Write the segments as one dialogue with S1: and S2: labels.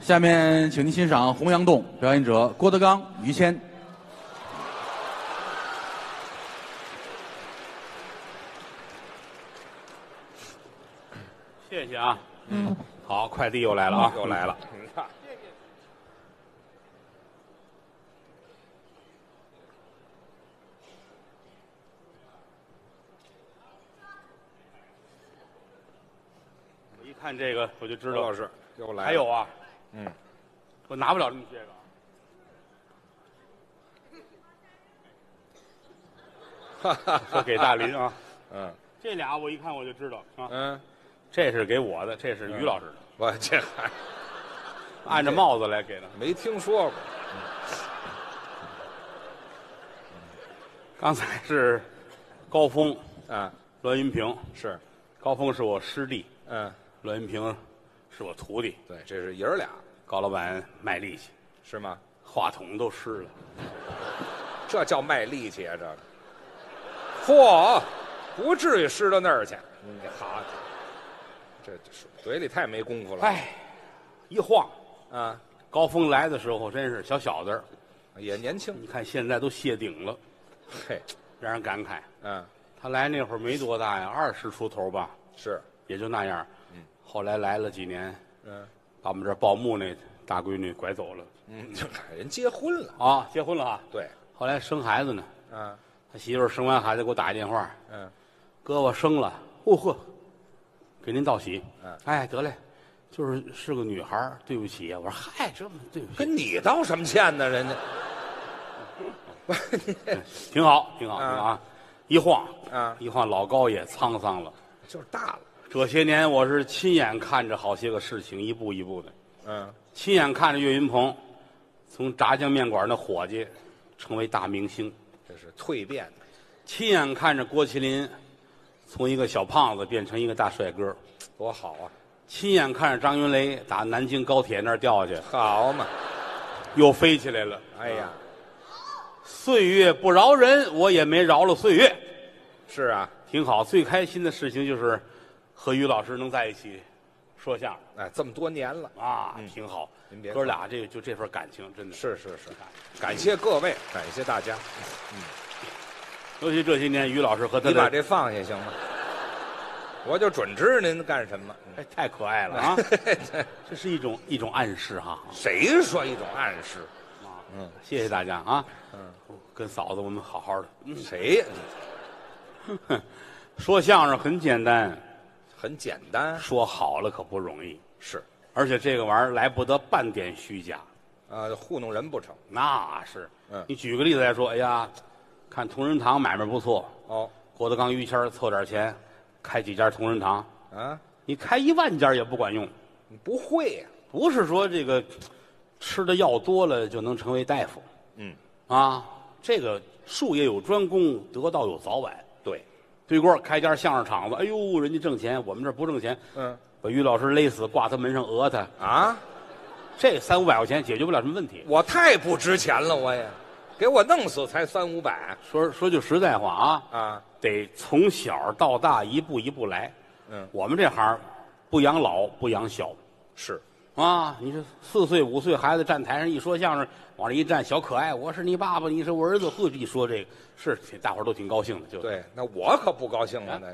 S1: 下面，请您欣赏《洪阳洞》，表演者郭德纲、于谦。
S2: 谢谢啊。嗯。好，快递又来了啊，又来了。我一看这个，我就知
S3: 知
S2: 道
S3: 道是又来了
S2: 还有啊，
S3: 嗯，
S2: 我拿不了你这 个。说给大林啊，
S3: 嗯
S2: 这俩我一看我就知道啊，
S3: 嗯，
S2: 这是给我的，这是于老师的，
S3: 我这还
S2: 按着帽子来给的。
S3: 没听说过，
S2: 刚才是高峰、
S3: 啊，
S2: 栾云平，
S3: 是，
S2: 高峰是我师弟，
S3: 嗯，
S2: 栾云平是我徒弟。
S3: 对，这是爷儿俩
S2: 高老板卖力气，
S3: 是吗？
S2: 话筒都湿了。
S3: 这叫卖力气啊，这个，嚯，不至于湿到那儿去，你好，这这是嘴里太没功夫了，
S2: 哎，一晃，
S3: 啊，
S2: 高峰来的时候真是小小子儿，
S3: 也年轻，
S2: 你看现在都谢顶了，
S3: 嘿，
S2: 让人感慨。
S3: 嗯，
S2: 他来那会儿没多大呀，二十出头吧，
S3: 是，
S2: 也就那样。嗯，后来来了几年，
S3: 嗯
S2: 把我们这儿报幕那大闺女拐走了
S3: 嗯，这人结婚了，
S2: 啊，结婚了哈。
S3: 对，
S2: 后来生孩子呢，
S3: 啊，
S2: 他媳妇儿生完孩子给我打一电话，
S3: 嗯，
S2: 哥我生了，哦呵，给您道喜。
S3: 嗯
S2: 哎，得嘞，就是是个女孩儿，对不起。我说嗨，这么对不起，
S3: 跟你道什么歉呢？人家，
S2: 挺好，挺好，
S3: 嗯
S2: 挺好啊。一晃，
S3: 啊
S2: 一晃老高也沧桑了。
S3: 就是大了，
S2: 这些年我是亲眼看着好些个事情一步一步的，
S3: 嗯，
S2: 亲眼看着岳云鹏从炸酱面馆那伙计成为大明星，
S3: 这是蜕变的，
S2: 亲眼看着郭麒麟从一个小胖子变成一个大帅哥，
S3: 多好啊，
S2: 亲眼看着张云雷打南京高铁那儿掉下去
S3: 好嘛，
S2: 又飞起来了。呃
S3: 哎呀，
S2: 岁月不饶人，我也没饶了岁月，
S3: 是啊，
S2: 挺好。最开心的事情就是和于老师能在一起说相声。
S3: 哎，这么多年了，
S2: 啊，挺好
S3: 嗯您。别
S2: 哥俩这就这份感情，真的啊
S3: 是是是，
S2: 感
S3: 感
S2: 谢。
S3: 谢各位，感谢大家。
S2: 尤其这些年，于老师和他
S3: 你把
S2: 的
S3: 这放下行吗？我就准知您干什么。
S2: 哎太可爱了 啊！这是一种一种暗示哈。啊
S3: 谁说一种暗示？
S2: 谢谢大家啊！嗯，跟嫂子我们好好的
S3: 谁呀？
S2: 说相声很简单，
S3: 很简单，
S2: 说好了可不容易，
S3: 是
S2: 而且这个玩意儿来不得半点虚假。
S3: 啊，糊弄人不成。
S2: 那是，
S3: 嗯
S2: 你举个例子来说，哎呀，看同仁堂买卖不错，
S3: 哦，
S2: 郭德纲、于谦儿凑点钱，开几家同仁堂，
S3: 啊，
S2: 你开一万家也不管用。
S3: 你不会呀、
S2: 不是说这个吃的药多了就能成为大夫
S3: 嗯，
S2: 啊。这个术业有专攻，得道有早晚。
S3: 对，
S2: 对过儿开家相声场子，哎呦，人家挣钱，我们这儿不挣钱，
S3: 嗯
S2: 把于老师勒死，挂他门上讹他，
S3: 啊，
S2: 这三五百块钱解决不了什么问题。
S3: 我太不值钱了，我也，给我弄死才三五百
S2: 说说句实在话啊，
S3: 啊。
S2: 得从小到大一步一步来。
S3: 嗯
S2: 我们这行儿不养老不养小
S3: 是，
S2: 啊，你说四岁五岁孩子站台上一说相声，往这一站，小可爱，我是你爸爸，你是我儿子，呵，一说这个是挺大伙儿都挺高兴的，就
S3: 对，那我可不高兴了。那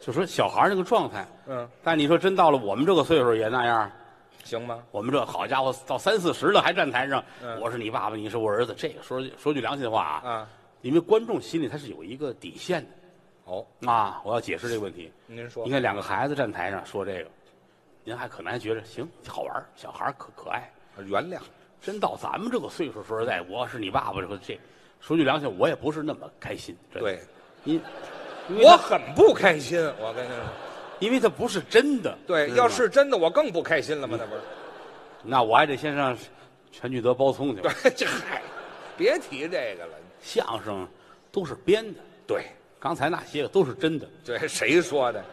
S2: 就说小孩儿那个状态，
S3: 嗯，
S2: 但你说真到了我们这个岁数也那样，
S3: 行吗？
S2: 我们这好家伙到三四十了还站台上，
S3: 嗯
S2: 我是你爸爸，你是我儿子，这个说说句良心话啊，
S3: 啊，
S2: 因为观众心里他是有一个底线
S3: 哦，
S2: 的啊，我要解释这个问题，
S3: 您说
S2: 你看两个孩子站台上说这个，您还可能还觉着行好玩儿小孩儿可可爱。
S3: 原谅，
S2: 真到咱们这个岁数，说实在，我是你爸爸，这这，说句良心，我也不是那么开心。真的
S3: 对，
S2: 因因为
S3: 我
S2: 他
S3: 很不开心，我跟您说。
S2: 因为他不是嗯真的，
S3: 对，
S2: 知道
S3: 要
S2: 吗
S3: 是真的，我更不开心了嘛，那不是？
S2: 那我还得先上全聚德包葱去。
S3: 对， 这嗨，别提这个了。
S2: 相声都是编的，
S3: 对，
S2: 刚才那些个都是真的，
S3: 这谁说的？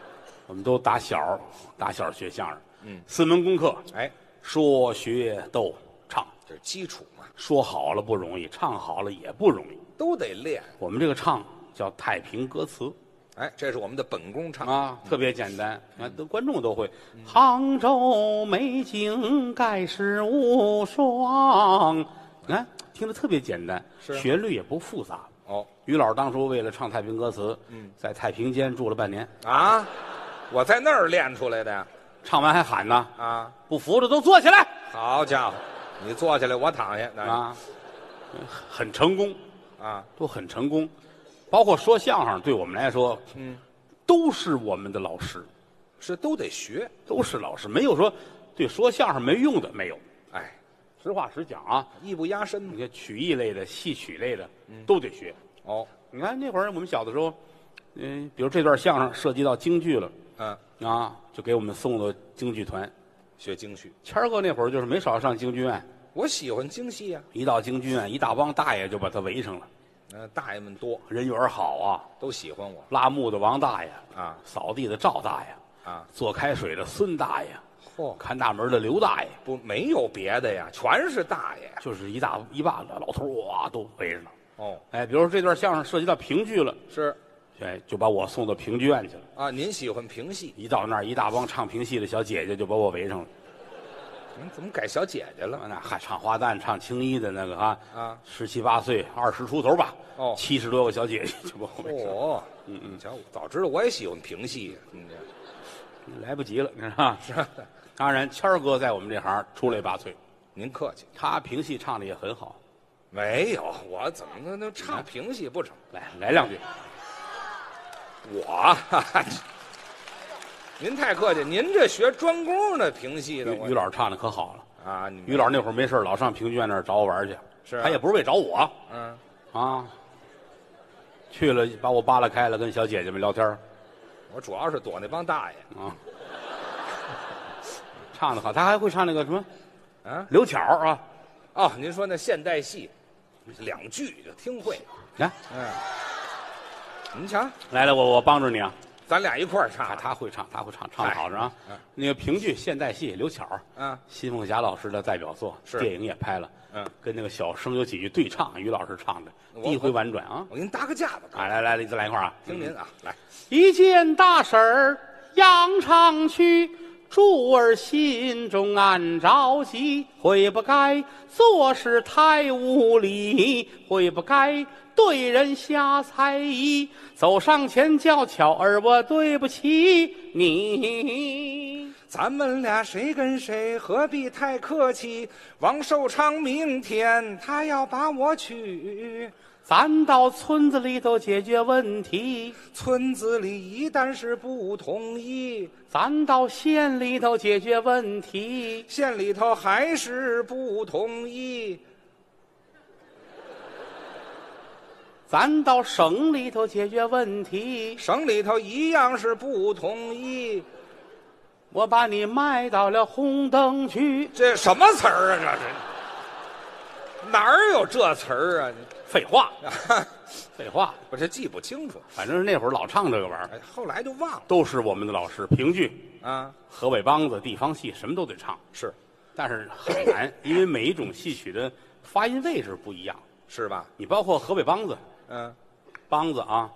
S2: 我们都打小打小学相声，
S3: 嗯，
S2: 四门功课，
S3: 哎，
S2: 说学逗唱，
S3: 这是基础嘛，
S2: 说好了不容易，唱好了也不容易。
S3: 都得练
S2: 我们这个唱叫太平歌词，
S3: 哎，这是我们的本宫唱，
S2: 啊，特别简单，啊，都观众都会。杭州美景盖世无双，你看听着特别简单，
S3: 是啊
S2: 旋律也不复杂。
S3: 哦
S2: 于老师当初为了唱太平歌词，
S3: 嗯
S2: 在太平间住了半年，
S3: 啊，我在那儿练出来的呀
S2: 唱完还喊呢
S3: 啊，：“
S2: 不服的都坐起来
S3: 好家伙，你坐下来，我躺下，！”那
S2: 啊，很成功，
S3: 啊，
S2: 都很成功，包括说相声，对我们来说，嗯，都是我们的老师，
S3: 是都得学，
S2: 都是老师，没有说对说相声没用的，没有。
S3: 哎，
S2: 实话实讲啊，
S3: 艺不压身嘛
S2: 你看曲艺类的、戏曲类的，都得学。
S3: 哦，
S2: 你看那会儿我们小的时候，嗯、比如这段相声涉及到京剧了
S3: 嗯，
S2: 啊，就给我们送到京剧团。
S3: 学京剧，
S2: 谦儿哥那会儿就是没少上京剧院，
S3: 我喜欢京戏呀、
S2: 一到京剧院，一大帮大爷就把他围上了，
S3: 嗯、大爷们多
S2: 人缘儿好啊，
S3: 都喜欢我
S2: 拉幕的王大爷
S3: 啊
S2: 扫地的赵大爷
S3: 啊，
S2: 做开水的孙大爷，
S3: 嚯、
S2: 看大门的刘大爷，
S3: 不没有别的呀，全是大爷
S2: 就是一大一把老头儿哇都围着呢。
S3: 哦，
S2: 哎，比如说这段相声涉及到评剧了，
S3: 是
S2: 哎，就把我送到评剧院去了。
S3: 啊，您喜欢评戏，
S2: 一到那儿，一大帮唱评戏的小姐姐就把我围上了。
S3: 您怎么改小姐姐了？
S2: 那还唱花旦、唱青衣的那个啊，
S3: 啊
S2: 十七八岁、二十出头吧，
S3: 哦
S2: 七十多个小姐姐就把我围上了，
S3: 哦，嗯嗯，瞧，我早知道我也喜欢评戏，嗯，
S2: 来不及了，你知道吧？是。
S3: 啊
S2: 当然，谦儿哥在我们这行出类拔萃，
S3: 您客气，
S2: 他评戏唱的也很好。
S3: 没有，我怎么能能唱评戏不成？
S2: 来，来两句，
S3: 我， 哈哈您太客气，您这学专攻呢，评戏的
S2: 于于
S3: 我
S2: 老师唱的可好了。
S3: 啊，你们
S2: 于老师那会儿没事儿老上评剧院那儿找我玩儿去，
S3: 是啊
S2: 他也不是为找我
S3: 嗯，
S2: 啊，去了把我扒拉开了，跟小姐姐们聊天儿
S3: 我主要是躲那帮大爷
S2: 啊，唱的好，他还会唱那个什么
S3: 啊。
S2: 刘巧儿啊，
S3: 哦，您说那现代戏，两句就听会，
S2: 来
S3: 嗯，您瞧，
S2: 来来，我我帮着你啊，
S3: 咱俩一块儿唱
S2: 啊，他会唱，他会唱，唱的好着啊
S3: 哎嗯，
S2: 那个评剧现代戏刘巧儿，
S3: 啊，
S2: 新凤霞老师的代表作，
S3: 是
S2: 电影也拍了，
S3: 嗯，
S2: 跟那个小生有几句对唱，于老师唱的，
S3: 我
S2: 低回婉转啊，
S3: 我给您搭个架子，
S2: 啊，来来，再来一块儿啊，
S3: 听您啊，来，
S2: 一见大婶儿扬长去，珠儿心中暗着急，悔不该做事太无理，悔不该对人瞎猜疑。走上前叫巧儿，我对不起你。
S3: 咱们俩谁跟谁，何必太客气？王寿昌明天他要把我娶，
S2: 咱到村子里头解决问题，
S3: 村子里一旦是不同意，
S2: 咱到县里头解决问题。
S3: 县里头还是不同意，
S2: 咱到省里头解决问题，
S3: 省里头一样是不同意，
S2: 我把你卖到了红灯区。
S3: 这什么词儿啊？这是哪儿有这词儿啊？
S2: 废话，
S3: 你
S2: 废话，
S3: 我这记不清楚，
S2: 反正那会儿老唱这个玩意儿，
S3: 哎，后来就忘了
S2: 都是我们的老师。评剧、
S3: 啊。
S2: 河北梆子、地方戏什么都得唱，
S3: 是
S2: 但是很 难，因为每一种戏曲的发音位置不一样。
S3: 是吧？
S2: 你包括河北梆子，
S3: 嗯，
S2: 梆子啊，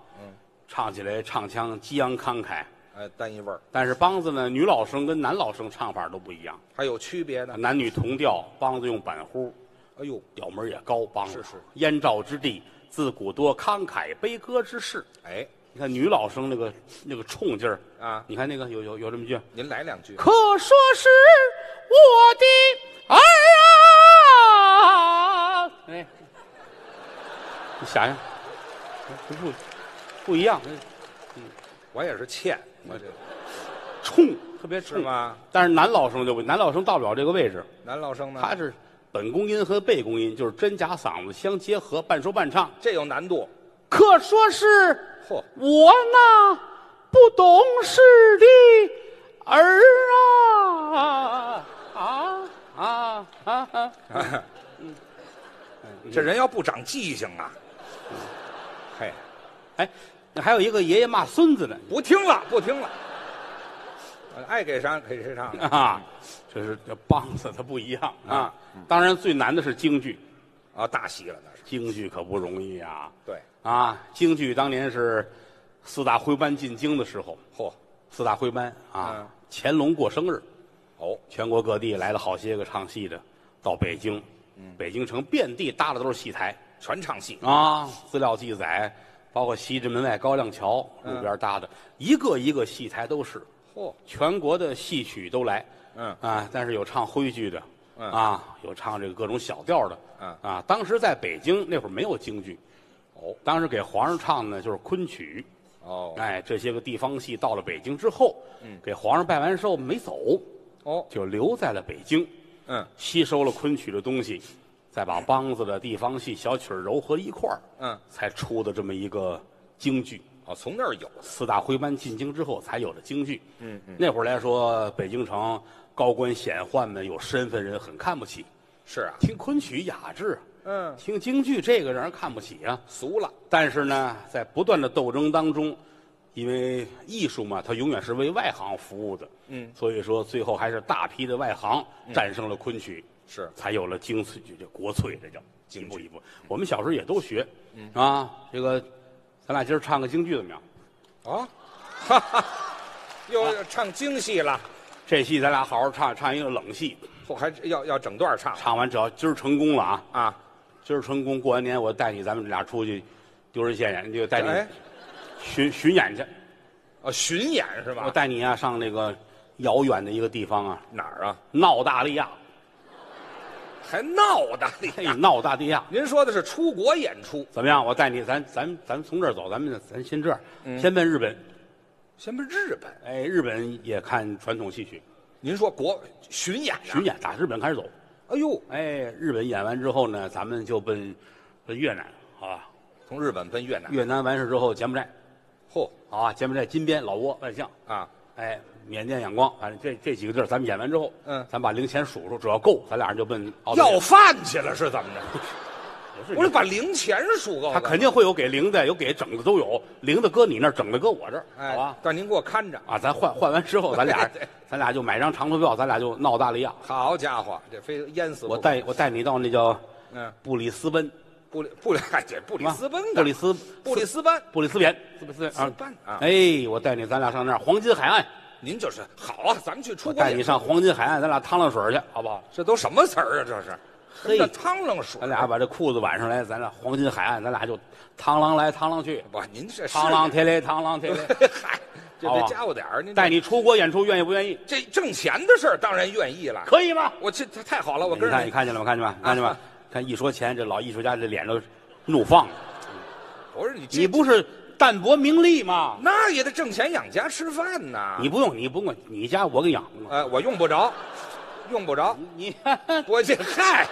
S2: 唱起来唱腔激昂慷慨，
S3: 呃，单一味儿
S2: 但是梆子呢，女老生跟男老生唱法都不一样，
S3: 还有区别呢。
S2: 男女同调，梆子用板呼，
S3: 哎呦，
S2: 调门儿也高，梆子
S3: 是是
S2: 燕赵之地，自古多慷慨悲歌之士。
S3: 哎，
S2: 你看女老生那个那个冲劲儿
S3: 啊
S2: 你看那个有有有这么一句，
S3: 您来两句。
S2: 可说是我的儿啊！哎，你想想，不不不一样，
S3: 我也是欠，我这
S2: 冲特别
S3: 是
S2: 冲？
S3: 吗？
S2: 但是男老生就不，男老生到不了这个位置，
S3: 男老生呢？
S2: 嗯他是本宫音和背宫音，就是真假嗓子相结合，半说半唱。
S3: 这有难度。
S2: 可说是
S3: 嚯，
S2: 我那不懂事的儿啊啊啊啊啊！嗯
S3: 这人要不长记性啊，嘿，
S2: 哎，还有一个爷爷骂孙子的
S3: 不听了，不听了。呃爱给谁给谁唱
S2: 啊，这是这梆子它不一样啊。当然最难的是京剧，
S3: 啊，大戏了那是。
S2: 京剧可不容易啊
S3: 对，
S2: 啊！京剧当年是四大徽班进京的时候，
S3: 嚯，
S2: 四大徽班啊，
S3: 嗯
S2: 乾隆过生日，
S3: 哦，
S2: 全国各地来了好些个唱戏的，到北京，
S3: 嗯
S2: 北京城遍地搭的都是戏台
S3: 全唱戏，
S2: 啊。资料记载，包括西直门外高亮桥路边搭
S3: 嗯
S2: 的，一个一个戏台都是，
S3: 嚯，
S2: 全国的戏曲都来，
S3: 嗯
S2: 啊，但是有唱徽剧的，
S3: 嗯
S2: 啊，有唱这个各种小调的，
S3: 嗯
S2: 啊，当时在北京那会儿没有京剧，
S3: 哦
S2: 当时给皇上唱的呢就是昆曲，
S3: 哦
S2: 哎，这些个地方戏到了北京之后，嗯，给皇上拜完寿没走，
S3: 哦，
S2: 就留在了北京，
S3: 嗯
S2: 吸收了昆曲的东西，再把梆子的地方戏小曲儿糅合一块儿，
S3: 嗯，
S2: 才出的这么一个京剧。
S3: 哦，从那儿有，
S2: 四大徽班进京之后才有的京剧。嗯嗯，那会儿来说，北京城高官显宦们有身份人很看不起，
S3: 是啊，
S2: 听昆曲雅致，啊
S3: 嗯，
S2: 听京剧这个让人看不起啊。
S3: 俗了，
S2: 但是呢，在不断的斗争当中，因为艺术嘛，它永远是为外行服务的。
S3: 嗯
S2: 所以说最后还是大批的外行战胜了昆曲。
S3: 是
S2: 才有了京剧，这国粹，这叫
S3: 京
S2: 一
S3: 剧
S2: 步一步。我们小时候也都学，
S3: 嗯
S2: 啊，这个，咱俩今儿唱个京剧怎么样？
S3: 啊，哈哈，
S2: 哦
S3: 又唱京戏了，
S2: 这戏咱俩好好唱，唱一个冷戏，
S3: 嚯，还要要整段唱
S2: 唱完只要今儿成功了啊，
S3: 啊？
S2: 今儿成功，过完年我带你咱们俩出去丢人现眼，就带
S3: 哎
S2: 你巡巡演去，
S3: 哦，巡演是
S2: 我
S3: 吧？
S2: 带你啊上那个遥远的一个地方啊，
S3: 哪儿啊？
S2: 闹大利亚，
S3: 还闹的，
S2: 嘿，闹大利 亚。
S3: 您说的是出国演出，
S2: 怎么样？我带你，咱咱咱从这儿走，咱们咱先这样，
S3: 嗯
S2: 先奔日本。
S3: 什么日本？
S2: 哎，日本也看传统戏曲，
S3: 您说国巡演啊？
S2: 巡演打日本开始走。
S3: 哎呦，
S2: 哎，日本演完之后呢，咱们就奔奔越南啊，
S3: 从日本奔越南，
S2: 越南完事之后柬埔寨，
S3: 嚯
S2: 好啊，柬埔寨、金边、老挝、万象，
S3: 啊，
S2: 哎，缅甸、仰光，反正这这几个地儿，咱们演完之后，
S3: 嗯
S2: 咱把零钱数数，只要够，咱俩人就奔澳大利亚
S3: 要饭去了是怎么 着？
S2: 不是
S3: 不是把零钱数够了，
S2: 他肯定会有给零的，有给整的都有，零的搁你那儿，整的搁我这儿，
S3: 哎
S2: 好吧？，
S3: 但您给我看着，
S2: 啊，咱换换完之后，咱俩
S3: 对
S2: 咱俩就买张长途票，咱俩就闹大利亚。
S3: 好家伙，这非淹死
S2: 我
S3: 不可
S2: 带我带你到那叫
S3: 嗯
S2: 布里斯奔，
S3: 布里布里哎这布里斯班
S2: 布里斯
S3: 布里斯班
S2: 布里斯biển，布里斯
S3: 斯班啊
S2: 哎，我带你，咱俩上那儿黄金海岸，
S3: 您就是好啊，咱们去出
S2: 我
S3: 国
S2: 带
S3: 演
S2: 你
S3: 出，
S2: 上黄金海岸，咱俩趟趟水去，好不好？
S3: 这都什么词儿啊？这是，
S2: 嘿哎
S3: 这汤冷水，
S2: 咱俩把这裤子挽上来，咱俩黄金海岸，咱俩就螳螂来螳螂去，
S3: 哇，您这是
S2: 螳螂铁嘞螳螂铁嘞。
S3: 嗨，这
S2: 好
S3: 得
S2: 吧
S3: 家伙点儿，您
S2: 带你出国演出，愿意不愿意？
S3: 这挣钱的事儿当然愿意了，
S2: 可以吗？
S3: 我这这太好了，我
S2: 你
S3: 跟
S2: 看，你
S3: 着
S2: 看见了吗？看见吗？看 见吗？看一说钱，这老艺术家这脸都怒放了。
S3: 不 是你这
S2: 你不是淡泊名利吗？
S3: 那也得挣钱养家吃饭呐，
S2: 你不用，你不用，你家我给养。
S3: 哎，我用不着，用不着，
S2: 你
S3: 我这嗨，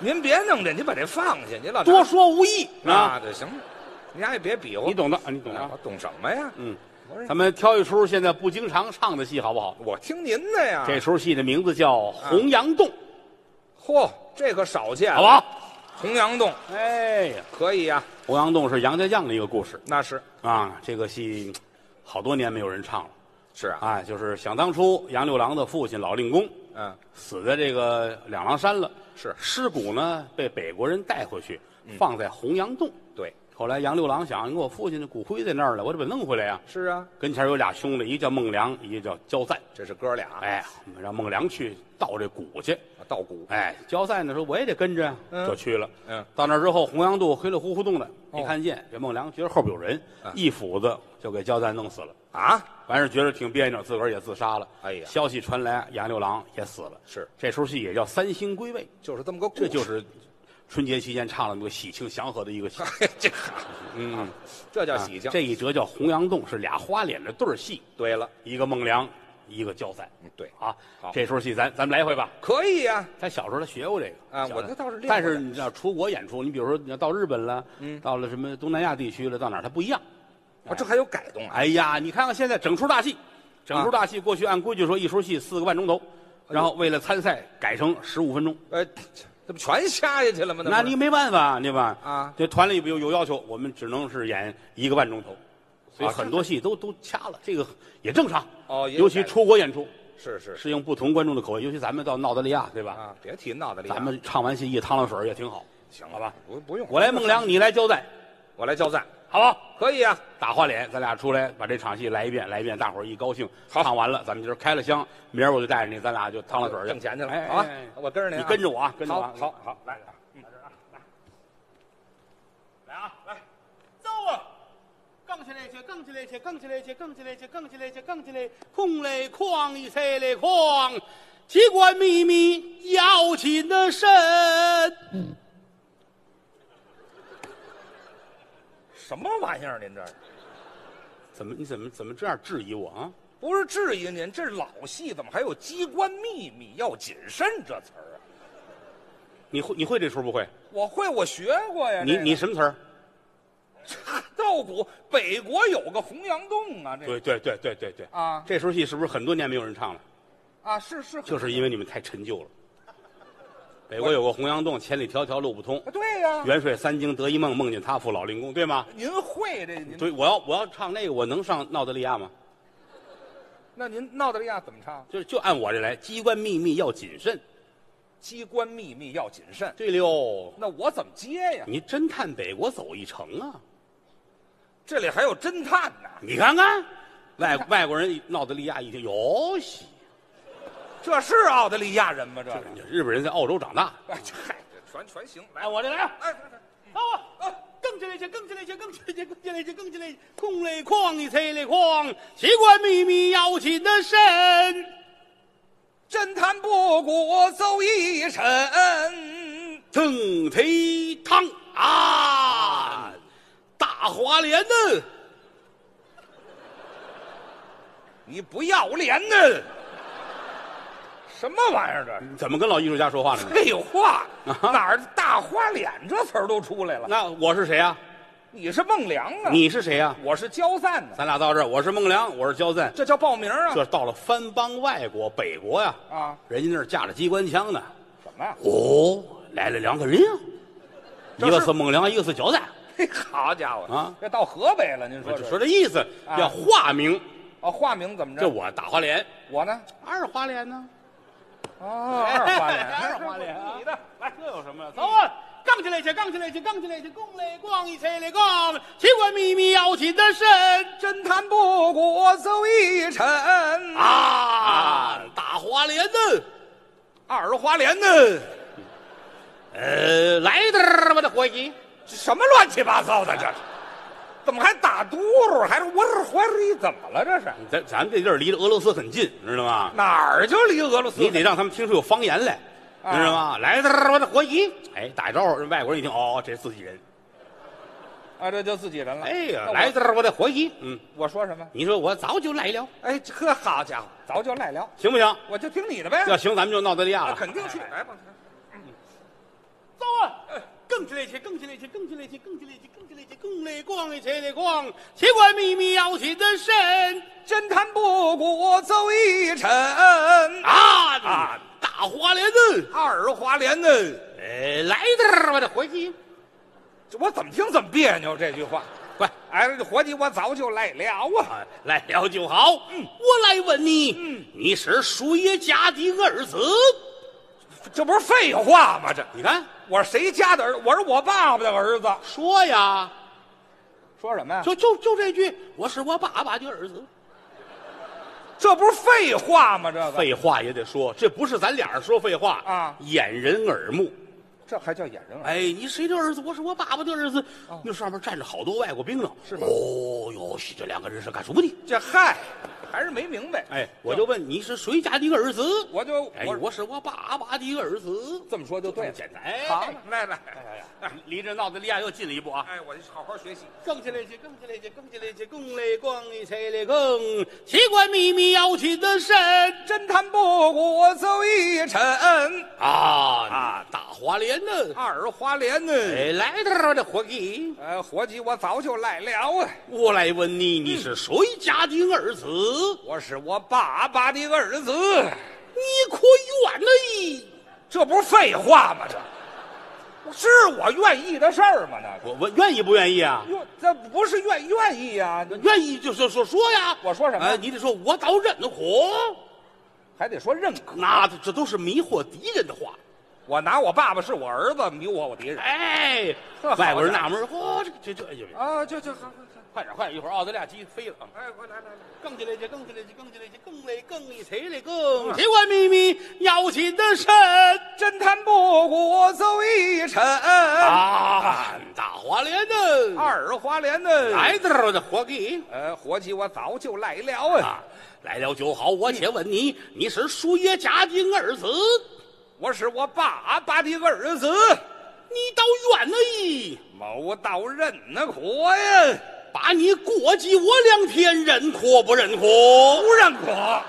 S3: 您别弄这，您把这放下，您老拿
S2: 多说无益
S3: 啊，
S2: 啊！
S3: 这行，您俩也别比划，
S2: 你懂的，啊你懂的
S3: 啊？
S2: 啊
S3: 我。懂什么呀？
S2: 嗯，
S3: 我说
S2: 咱们挑一出现在不经常唱的戏，好不好？
S3: 我听您的呀。
S2: 这出戏的名字叫《洪崖洞》，
S3: 嚯，这可少见
S2: 好不
S3: 了。
S2: 好？
S3: 洪崖洞
S2: 哎呀，
S3: 可以哎呀，
S2: 《洪崖洞》是杨家将的一个故事
S3: 那是
S2: 啊。这个戏好多年没有人唱了
S3: 是啊，
S2: 啊。就是想当初，杨六郎的父亲老令公
S3: 嗯，
S2: 死在这个两郎山了，
S3: 是
S2: 尸骨呢被北国人带回去，放在洪崖洞。
S3: 对，
S2: 后来杨六郎想，哎我父亲的骨灰在那儿了，我得把它弄回来呀、
S3: 是啊，
S2: 跟前有俩兄弟，一个叫孟良，一个叫焦赞。
S3: 这是哥俩
S2: 哎，我们让孟良去盗这骨去。
S3: 稻谷，
S2: 哎，焦赞呢说我也得跟着呀，
S3: 嗯
S2: 就去了。
S3: 嗯，
S2: 到那儿之后，洪阳渡黑了乎乎洞的，
S3: 哦嗯
S2: 没看见。这孟良觉得后边有人，一斧子就给焦赞弄死了。
S3: 啊，
S2: 完事觉得挺别扭，自个儿也自杀了。
S3: 哎呀
S2: 消息传来，杨六郎也死了。
S3: 是
S2: 这出戏也叫《三星归位》，
S3: 就是这么个故
S2: 这
S3: 事，
S2: 就是是春节期间唱了那个喜庆祥和的一个戏。
S3: 这哈
S2: 嗯。
S3: 这 叫
S2: 啊
S3: 喜庆。
S2: 这一折叫洪崖洞，是俩花脸的对儿戏，
S3: 对了，
S2: 一个孟良，一个焦赞。
S3: 嗯对，
S2: 啊
S3: 好，
S2: 这出戏咱咱们来一回吧。
S3: 可以啊呀，
S2: 他小时候他学过这个
S3: 啊
S2: 小
S3: 我
S2: 的
S3: 这倒是练过
S2: 但是你要出国演出，你比如说你要到日本了，嗯，到了什么东南亚地区了，到哪儿它不一样。
S3: 啊，这还有改动啊，
S2: 哎呀，你看看现在整出大戏，整出大戏过去按规矩说一出戏四个半钟头，
S3: 哎
S2: 然后为了参赛改成十五分钟。
S3: 呃，这不全瞎下去了吗？
S2: 那
S3: 不
S2: 你
S3: 是
S2: 没办法，对吧？
S3: 啊
S2: 这团里有有要求，我们只能是演一个半钟头，所以
S3: 啊
S2: 很多戏都都掐了，这个也正常。
S3: 哦也有
S2: 尤其
S3: 改
S2: 出国演出，
S3: 是是
S2: 适应不同观众的口味，尤其咱们到澳大利亚，对吧？
S3: 啊，别提闹得厉害，
S2: 咱们唱完戏一趟凉水儿也挺好，
S3: 行
S2: 好吧？
S3: 不不用，
S2: 我来孟良，你来交代，
S3: 我来交战，
S2: 好不好？
S3: 可以啊，
S2: 打花脸，咱俩出来把这场戏来一遍，来一遍，大伙儿一高兴，
S3: 好
S2: 唱完了，咱们今儿开了箱，明儿我就带着你，咱俩就趟了水儿去
S3: 挣钱去了，
S2: 哎
S3: 好吧
S2: 哎哎，
S3: 我跟着您
S2: 你
S3: 啊，
S2: 跟着我啊，跟着我啊
S3: 好，，好，好，来，
S2: 来啊，来，走啊！更起来去，更起来去，更起来去，更起来去，更起来去，更起来，空来哐一塞来哐，机关秘密要紧的深。
S3: 什么玩意儿？您这是
S2: 怎么？你怎么怎么这样质疑我啊？
S3: 不是质疑您，这是老戏怎么还有机关秘密要谨慎这词儿啊？
S2: 你会你会这出不会？
S3: 我会，我学过呀。
S2: 你
S3: 这个
S2: 你什么词儿？
S3: 道骨，北国有个洪阳洞啊，这个
S2: 对对对对对对
S3: 啊
S2: 这出戏是不是很多年没有人唱了？
S3: 啊是是，
S2: 就是因为你们太陈 旧了。北国有个洪阳洞，千里迢迢路不 通。
S3: 啊对呀、
S2: 远水三更得一梦，梦见他赴老令公，对吗？
S3: 您会这您
S2: 对，我要我要唱那个，我能上闹德利亚吗？
S3: 那您闹德利亚怎么唱？
S2: 就就按我这来，机关秘密要谨慎。
S3: 机关秘密要谨慎，
S2: 对溜，
S3: 那我怎么接呀？
S2: 你侦探北国走一程啊！
S3: 这里还有侦探呢，
S2: 你看看，外外国人闹德利亚一听，有戏。
S3: 这是奥地利亚人吗？这个
S2: 日本人在澳洲长大，
S3: 哎，这嗨，这全全行，来，
S2: 我这来啊！
S3: 哎，来来
S2: 到我，更起来些，更起来些，更起来些，更起来些，更起来些，空来哐一催来哐，机关秘密要紧的深。
S3: 侦探不过走一身，
S2: 腾腿汤啊，大花脸呢？
S3: 你不要脸呢？什么玩意儿这是？
S2: 怎么跟老艺术家说话呢？
S3: 废话，
S2: 啊
S3: 哪儿大花脸这词儿都出来了？
S2: 那我是谁啊？
S3: 你是孟良啊，
S2: 你是谁呀、
S3: 我是焦赞呢，
S2: 咱俩到这儿，我是孟良，我是焦赞。
S3: 这叫报名啊？
S2: 这到了藩邦外国北国呀，
S3: 啊，
S2: 人家那儿架着机关枪呢。
S3: 什么呀？
S2: 哦，来了两个人啊，
S3: 这
S2: 一
S3: 是
S2: 个是孟良，一个是焦赞，
S3: 嘿，好家伙
S2: 啊
S3: 这到河北了，您说
S2: 就
S3: 这
S2: 说这意思，
S3: 啊
S2: 要化名。
S3: 啊，化名怎么着？
S2: 这我大花脸，
S3: 我呢？
S2: 二花脸呢？
S3: 哦，二花脸，
S2: 哎 二花脸啊
S3: 你的
S4: 哎
S3: 来，
S2: 这有什么呀？走啊！
S4: 杠起来去，杠起来去，杠起来去，共来逛一起来逛，奇怪秘密要紧的深。
S3: 侦探不过走一程啊，
S2: 啊，大花脸呢？
S3: 二花脸呢？
S2: 呃，来点儿吧，的伙计。
S3: 这什么乱七八糟的这是？怎么还打嘟噜？还是我是怀疑怎么了？这是
S2: 咱咱们这地儿离着俄罗斯很近，知道吗？
S3: 哪儿就离俄罗斯？
S2: 你得让他们听出有方言来，
S3: 啊
S2: 知道吗？来点儿吧，的伙计。哎，打一招呼，外国人一听，哦，这是自己人。
S3: 啊，这就自己人了。
S2: 哎呀，
S3: 那我
S2: 来点儿吧，的伙计。嗯，
S3: 我说什么？
S2: 你说我早就来了，
S3: 哎，呵，好家伙，早就赖聊，
S2: 行不行？
S3: 我就听你的 呗。
S2: 要行，咱们就闹德利亚
S3: 那
S2: 了。
S3: 肯定去，来吧。
S4: 走啊！
S2: 哎
S4: 更起来去，更起来去，更起来去，更起来去，更起来去，共来逛一起来逛，奇怪秘密要紧的深。
S3: 侦探不过走一程
S2: 啊啊，大花脸呢？
S3: 二花脸呢？
S2: 哎，来点儿吧，的伙计。
S3: 这我怎么听怎么别扭这句话。
S2: 快，
S3: 哎，这伙计，我早就来了啊！
S2: 啊，来了就好。嗯我来问你，你是叔爷家的儿子？
S3: 这不是废话吗？这
S2: 你看，
S3: 我是谁家的儿？我是我爸爸的儿子。
S2: 说呀，
S3: 说什么呀？
S2: 就就就这句，我是我爸爸的儿子。
S3: 这不是废话吗？这个
S2: 废话也得说，这不是咱俩人说废话
S3: 啊
S2: 掩人耳目。
S3: 这还叫掩人耳？
S2: 哎，你谁的儿子？我是我爸爸的儿子。那上面站着好多外国兵呢。
S3: 哦是吗
S2: 哦哟，是这两个人是干什么的？
S3: 这嗨，还是没明白。
S2: 哎，我就问你是谁家的儿子？
S3: 我就
S2: 哎，
S3: 我
S2: 我是我爸爸的儿子。
S3: 这么说就对了。
S2: 简单。哎，
S3: 好，来来，
S2: 离这闹德利亚又近了一步啊。
S3: 哎，我好好学习。
S4: 更起来去，更起来去，更起来去，共来逛一起来逛，奇怪秘密要紧的深。
S3: 侦探不过走一程，
S2: 啊啊，大花脸呢？
S3: 二花脸呢？
S2: 哎，来点儿吧，这伙计，
S3: 呃，伙计，我早就来了啊！
S2: 我来问你，
S3: 嗯
S2: 你是谁家的儿子？
S3: 我是我爸爸的儿子，
S2: 你可远了！
S3: 这不是废话吗？这是我愿意的事儿吗？那
S2: 我我愿意不愿意啊？
S3: 哟，这不是愿愿意啊呀、
S2: 愿意就就说说呀。
S3: 我说什么
S2: 哎你得说我倒认火，
S3: 还得说认可。
S2: 那这这都是迷惑敌人的话。
S3: 我拿我爸爸是我儿子，瞄我我敌人
S2: 哎
S3: 这好，
S2: 外国人
S3: 家伙
S2: 纳闷儿，嚯，这这这哎呦，
S3: 啊！就就好，好好
S2: 快点快点，一会儿奥地利亚鸡飞了啊！
S3: 哎，我来来来，
S2: 更进来去，更进来去，更进来去，更来更里谁来更？奇怪秘密，要紧的神
S3: 侦探不过走一程，
S2: 啊！大花脸呢？
S3: 二花脸呢？
S2: 来的时候就活给
S3: 呃，伙计，我早就来了啊！
S2: 啊！来了就好，我且问你，你是叔爷家丁二子，
S3: 我是我爸爸的儿子，
S2: 你倒远了一，
S3: 某道人呢苦呀，
S2: 把你过继我两天，认可不认可？
S3: 不认可，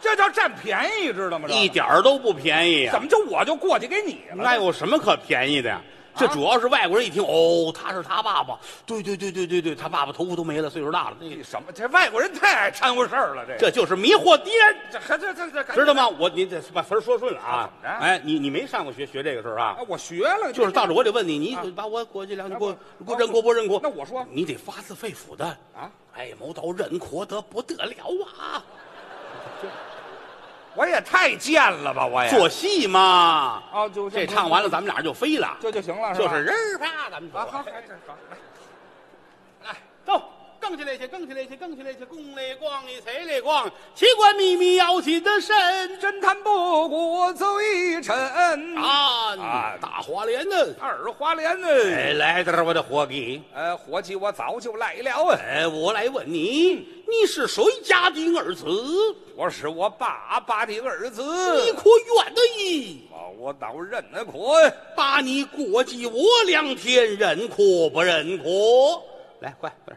S3: 这叫占便宜，知道吗？这
S2: 一点儿都不便宜啊
S3: 怎！么就我就过去给你了？
S2: 那有什么可便宜的呀？这主要是外国人一听，哦，他是他爸爸，对对对对对对，他爸爸头发都没了，岁数大了，那个
S3: 你什么？这外国人太爱掺和事儿了，这
S2: 这就是迷惑敌人，
S3: 这还这这这
S2: 知道？吗？我你得把词儿说顺了啊
S3: 怎么着！
S2: 哎，你你没上过学，学这个事儿啊
S3: 啊，？我学了，
S2: 就是到这我得问你，你
S3: 啊
S2: 把我过去两句
S3: 啊
S2: 过
S3: 我
S2: 过
S3: 啊
S2: 认
S3: 我
S2: 国不认国？
S3: 那我说
S2: 你得发自肺腑的
S3: 啊！
S2: 哎，某岛认国得不得了啊！
S3: 我也太贱了吧，我也
S2: 做戏嘛，
S3: 啊，就
S2: 这唱完了，咱们俩就飞了，
S3: 这就行了，
S2: 就是
S3: 吧
S2: 人儿啪，咱们走
S3: 啊，好，
S2: 了哎
S3: 好，这好，来
S4: 走，更起来去，更起来去，更起来去，共来逛一谁来逛？奇怪秘密要紧的神
S3: 侦探不过走一程
S2: 啊
S3: 啊！
S2: 大花脸呢？
S3: 二花莲呢？
S2: 哎，来点儿我的伙计，
S3: 呃，伙计，我早就来了啊，
S2: 哎，我来问你，你是谁家的儿子？
S3: 我是我爸爸的儿子，
S2: 你可远的一，
S3: 啊我倒认得可，
S2: 把你过继我两天，认可不认可？来，快，快点儿，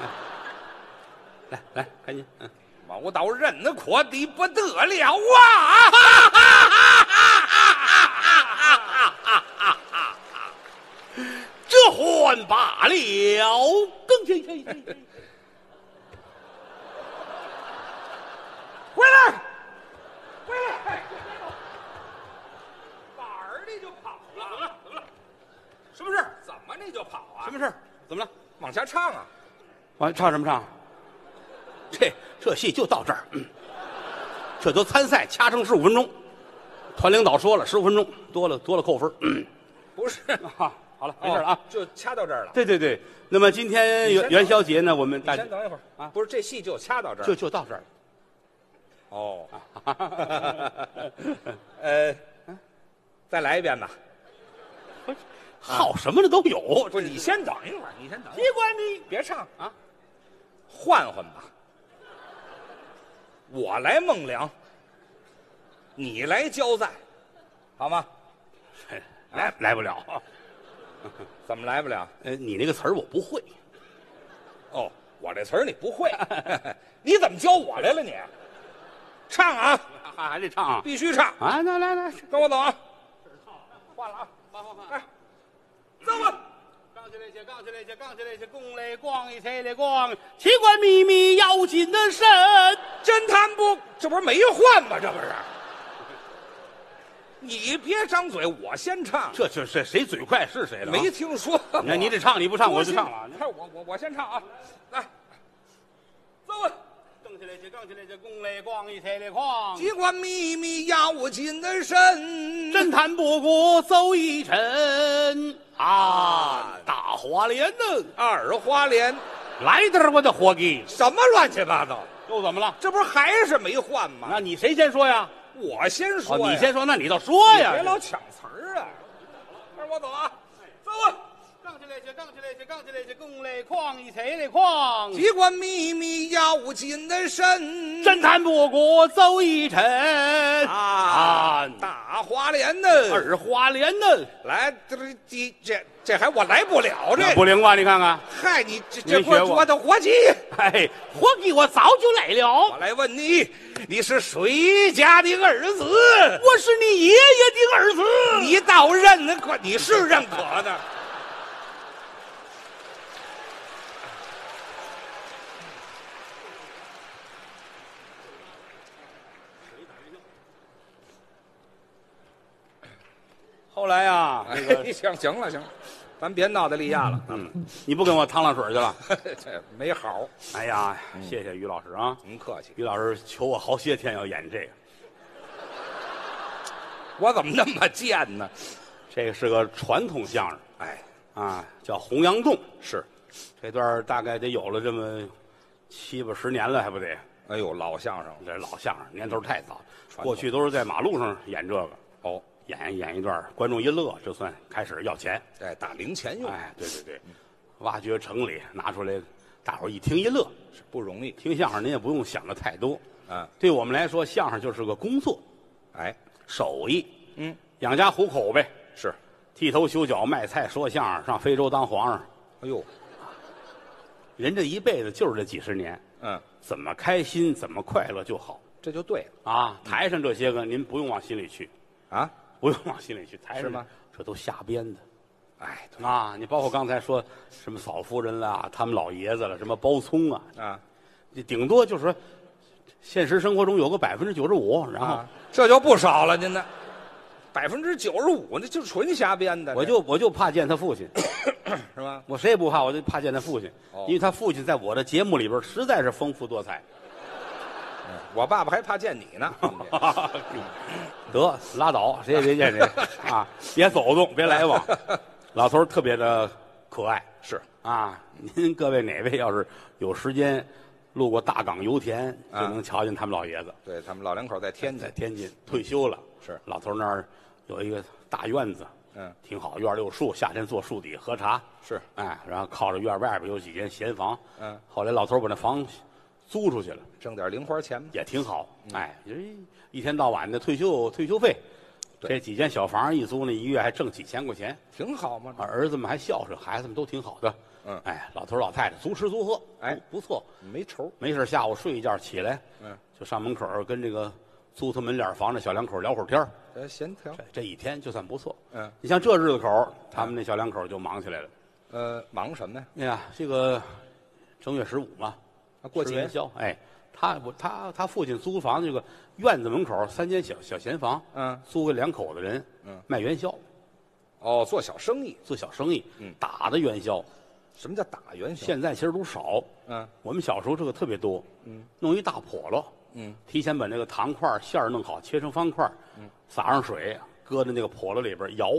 S2: 来，来，来，赶紧，嗯，
S3: 啊我倒认得可的不得 了啊！
S2: 这还罢了，更行行行 行，
S3: 回来，回来，哪儿你就跑了？什么事儿？怎么你就跑啊？
S2: 什么事儿？怎么了？
S3: 往下唱啊？
S2: 我哎唱什么唱？这这戏就到这儿，嗯这都参赛掐成十五分钟，团领导说了十五分钟，多了多了扣分。嗯
S3: 不是，
S2: 啊，好了， 没事了啊
S3: 哦。就掐到这儿了。
S2: 对对对，那么今天
S3: 你先
S2: 元
S3: 等
S2: 元宵节呢，我们
S3: 你
S2: 大家
S3: 先等一会儿
S2: 啊
S3: 不是这戏就掐到这儿。
S2: 就就到这儿
S3: 哦，
S2: 了。
S3: 呃，再来一遍吧。
S2: 好什么的都有，
S3: 不是，你先等一会儿，你先等一会
S4: 奇怪秘
S3: 儿，别唱
S2: 啊，
S3: 换换吧。我来孟良，你来焦赞，好吗？
S2: 来来不了。
S3: 怎么来不了？
S2: 呃，你那个词儿我不会，
S3: 哦，我这词儿你不 会，你怎么教我来了你？唱啊，
S2: 还还得唱啊
S3: 必须唱，
S2: 啊！那来来，
S3: 跟我走啊。换了啊，哎，走吧。
S4: 杠起来去，杠起来去，杠起来去，共来逛一谁来逛？奇怪秘密要紧的神
S3: 侦探不，这不是没换吗？这不是？你别张嘴，我先唱。
S2: 这这这谁嘴快是谁了啊？
S3: 没听说过。
S2: 那你得唱，你不唱我就唱了。
S3: 看我我我先唱啊，来，走吧。
S4: 杠起来去，杠起来去，共来逛一谁来逛？
S3: 机关秘密要紧的深，
S2: 侦探不顾邹一尘啊，大花脸呢？
S3: 二花脸，
S2: 来点儿我的伙计，
S3: 什么乱七八糟？
S2: 又怎么了？
S3: 这不是还是没换吗？
S2: 那你谁先说呀？
S3: 我先说、
S2: 哦，
S3: 呀
S2: 你先说，那你倒说呀。
S3: 别老抢词儿啊！让我走啊，走啊！
S4: 杠起来去，杠起来去，杠起来去，共来逛一谁来逛？
S3: 机关秘密要紧的深，
S2: 侦探不顾邹一尘
S3: 啊
S2: 啊，
S3: 大花脸呢？
S2: 二花脸呢？
S3: 来，这这这这还我来不了这
S2: 那啊不灵吧？你看看，
S3: 嗨，你这这
S2: 没
S3: 不是
S2: 学过
S3: 我的活计。
S2: 哎，伙计，我早就来
S3: 我
S2: 了，
S3: 来问你，你是谁家的儿子？
S2: 我是你爷爷的儿子。
S3: 你倒认可，你是认可的。
S2: 后来呀，那个嗯
S3: 哎行行了行了，咱别闹到利亚了，
S2: 你不跟我趟浪水去了？
S3: 这没好。
S2: 哎呀，谢谢于老师啊。
S3: 您客气，
S2: 于老师求我好些天要演这个，
S3: 我怎么那么贱呢？
S2: 这个是个传统相声
S3: 哎，
S2: 啊，叫洪阳洞。
S3: 是，
S2: 这段儿大概得有了这么七八十年了，还不得？
S3: 哎呦，老相声了
S2: 这老相声年头太早，
S3: 传统
S2: 过去都是在马路上演这个，
S3: 哦，
S2: 演演一段儿，观众一乐，就算开始要钱。
S3: 哎，打零钱用、
S2: 哎，对对对，
S3: 嗯
S2: 挖掘城里拿出来，大伙儿一听一乐。
S3: 是不容易。
S2: 听相声您也不用想的太多，
S3: 嗯，
S2: 对我们来说，相声就是个工作、
S3: 哎，
S2: 手艺，
S3: 嗯，
S2: 养家糊口呗，
S3: 是，
S2: 剃头修脚卖菜说相声，上非洲当皇上。
S3: 哎呦，
S2: 人这一辈子就是这几十年，
S3: 嗯，
S2: 怎么开心怎么快乐就好
S3: 这就对了
S2: 啊！
S3: 嗯
S2: 台上这些个您不用往心里去，
S3: 啊。
S2: 不用往心里去，台上
S3: 是吗？
S2: 这都瞎编的
S3: 哎，
S2: 啊！你包括刚才说什么嫂夫人啦，他们老爷子了，什么包葱啊，
S3: 啊，
S2: 你顶多就是说，现实生活中有个百分之九十五，然后
S3: 啊，这就不少了，您呢？百分之九十五，那就纯瞎编的。
S2: 我就我就怕见他父亲，
S3: 这是吧？
S2: 我谁也不怕，我就怕见他父亲
S3: 哦，
S2: 因为他父亲在我的节目里边实在是丰富多 彩。
S3: 我爸爸还怕见你呢。
S2: 得拉倒，谁也别见谁啊，别走动，别来往。老头儿特别的可爱
S3: 是，
S2: 啊！您各位哪位要是有时间路过大港油田，就
S3: 啊
S2: 能瞧见他们老爷子
S3: 对他们老两口在天
S2: 在
S3: 津，
S2: 天津退休了。
S3: 是
S2: 老头儿那儿有一个大院子，
S3: 嗯，
S2: 挺好，院儿里有树，夏天坐树底下喝茶。
S3: 是
S2: 哎，然后靠着院儿外边有几间闲房，
S3: 嗯，
S2: 后来老头儿把那房租出去了，
S3: 挣点零花钱嘛。
S2: 也挺好，
S3: 嗯
S2: 哎，就是一天到晚的退休退休费，
S3: 对
S2: 这几间小房一租，那一月还挣几千块钱，
S3: 挺好嘛。
S2: 儿子们还孝顺，孩子们都挺好的，
S3: 嗯
S2: 哎，老头儿老太太足吃足喝，
S3: 哎
S2: 不，不错，
S3: 没愁，
S2: 没事儿下午睡一觉起来，
S3: 嗯，
S2: 就上门口儿跟这个租他门脸房的小两口儿聊会儿天儿
S3: 这闲条
S2: 这，这一天就算不错，
S3: 嗯，
S2: 你像这日子口儿，他们那小两口儿就忙起来了，
S3: 呃，忙什么呀？
S2: 哎呀，这个正月十五嘛，
S3: 啊，过
S2: 吃元
S3: 节
S2: 宵，哎，他我他他父亲租房子这个院子门口三间小小闲房，
S3: 嗯
S2: 租给两口子人，
S3: 嗯，
S2: 卖元宵
S3: 哦，做小生意。
S2: 做小生意，
S3: 嗯
S2: 打的元宵，
S3: 什么叫打元宵？
S2: 现在其实都少，
S3: 嗯，
S2: 我们小时候这个特别多，嗯，弄一大笸箩，
S3: 嗯，
S2: 提前把那个糖块儿馅儿弄好，切成方块，嗯，撒上水，搁在那个笸箩里边摇，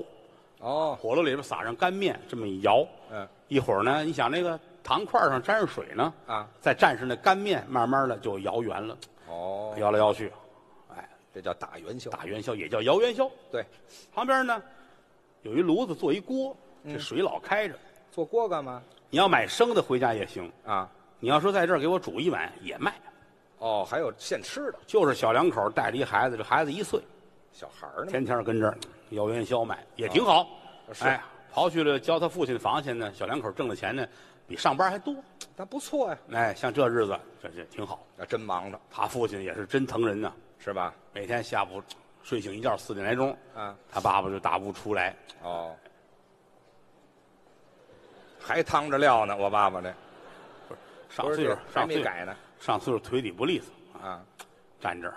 S3: 哦，
S2: 笸箩里边撒上干面，这么一摇，
S3: 嗯，
S2: 一会儿呢，你想那个糖块儿上沾上水呢，
S3: 啊，
S2: 再蘸上那干面，慢慢的就摇圆了，
S3: 哦，
S2: 摇来摇去。
S3: 这叫打元宵。
S2: 大元宵也叫摇元宵。
S3: 对，
S2: 旁边呢有一炉子做一锅，
S3: 嗯
S2: 这水老开着。
S3: 做锅干嘛？
S2: 你要买生的回家也行，
S3: 啊，
S2: 你要说在这儿给我煮一碗也卖。
S3: 哦，还有现吃的，
S2: 就是小两口带着一孩子，这孩子一岁，
S3: 小孩儿呢。
S2: 天天跟这儿摇元宵卖，也挺好。
S3: 哦是
S2: 哎，刨去了交他父亲的房钱呢，小两口挣的钱呢比上班还多。
S3: 那不错呀，
S2: 哎，像这日子这这挺好。
S3: 那真忙着，
S2: 他父亲也是真疼人呐、
S3: 是吧？
S2: 每天下午睡醒一觉四点来钟，
S3: 啊，
S2: 他爸爸就打屋出来，
S3: 哦，还趟着料呢，我爸爸这
S2: 上
S3: 不是
S2: 岁数
S3: 这还
S2: 上
S3: 没
S2: 岁数
S3: 改呢
S2: 上岁数腿底不利索，
S3: 啊，
S2: 站这儿。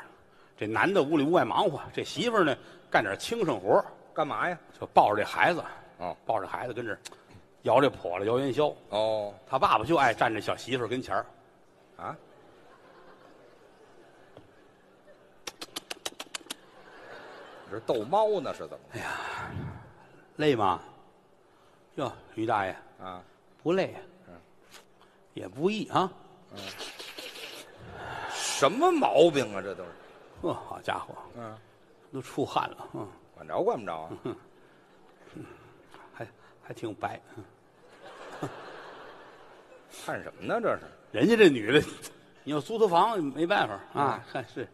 S2: 这男的屋里屋外忙活，这媳妇儿呢干点轻生活，
S3: 干嘛呀？
S2: 就抱着这孩子，
S3: 哦
S2: 抱着孩子跟这儿摇这笸了摇元宵。
S3: 哦
S2: 他爸爸就爱站这小媳妇儿跟前儿，
S3: 啊，你这逗猫呢是怎么着
S2: 累吗？哟，于大爷
S3: 啊？
S2: 不累，
S3: 嗯
S2: 也不易啊。
S3: 什么毛病啊？这都是，
S2: 呵，哦好家伙，
S3: 嗯，
S2: 都出汗了，嗯，
S3: 管着管不着 啊？
S2: 还还挺白。嗯
S3: 看什么呢？这是
S2: 人家这女的，你要租她房没办法啊，
S3: 嗯
S2: 看是，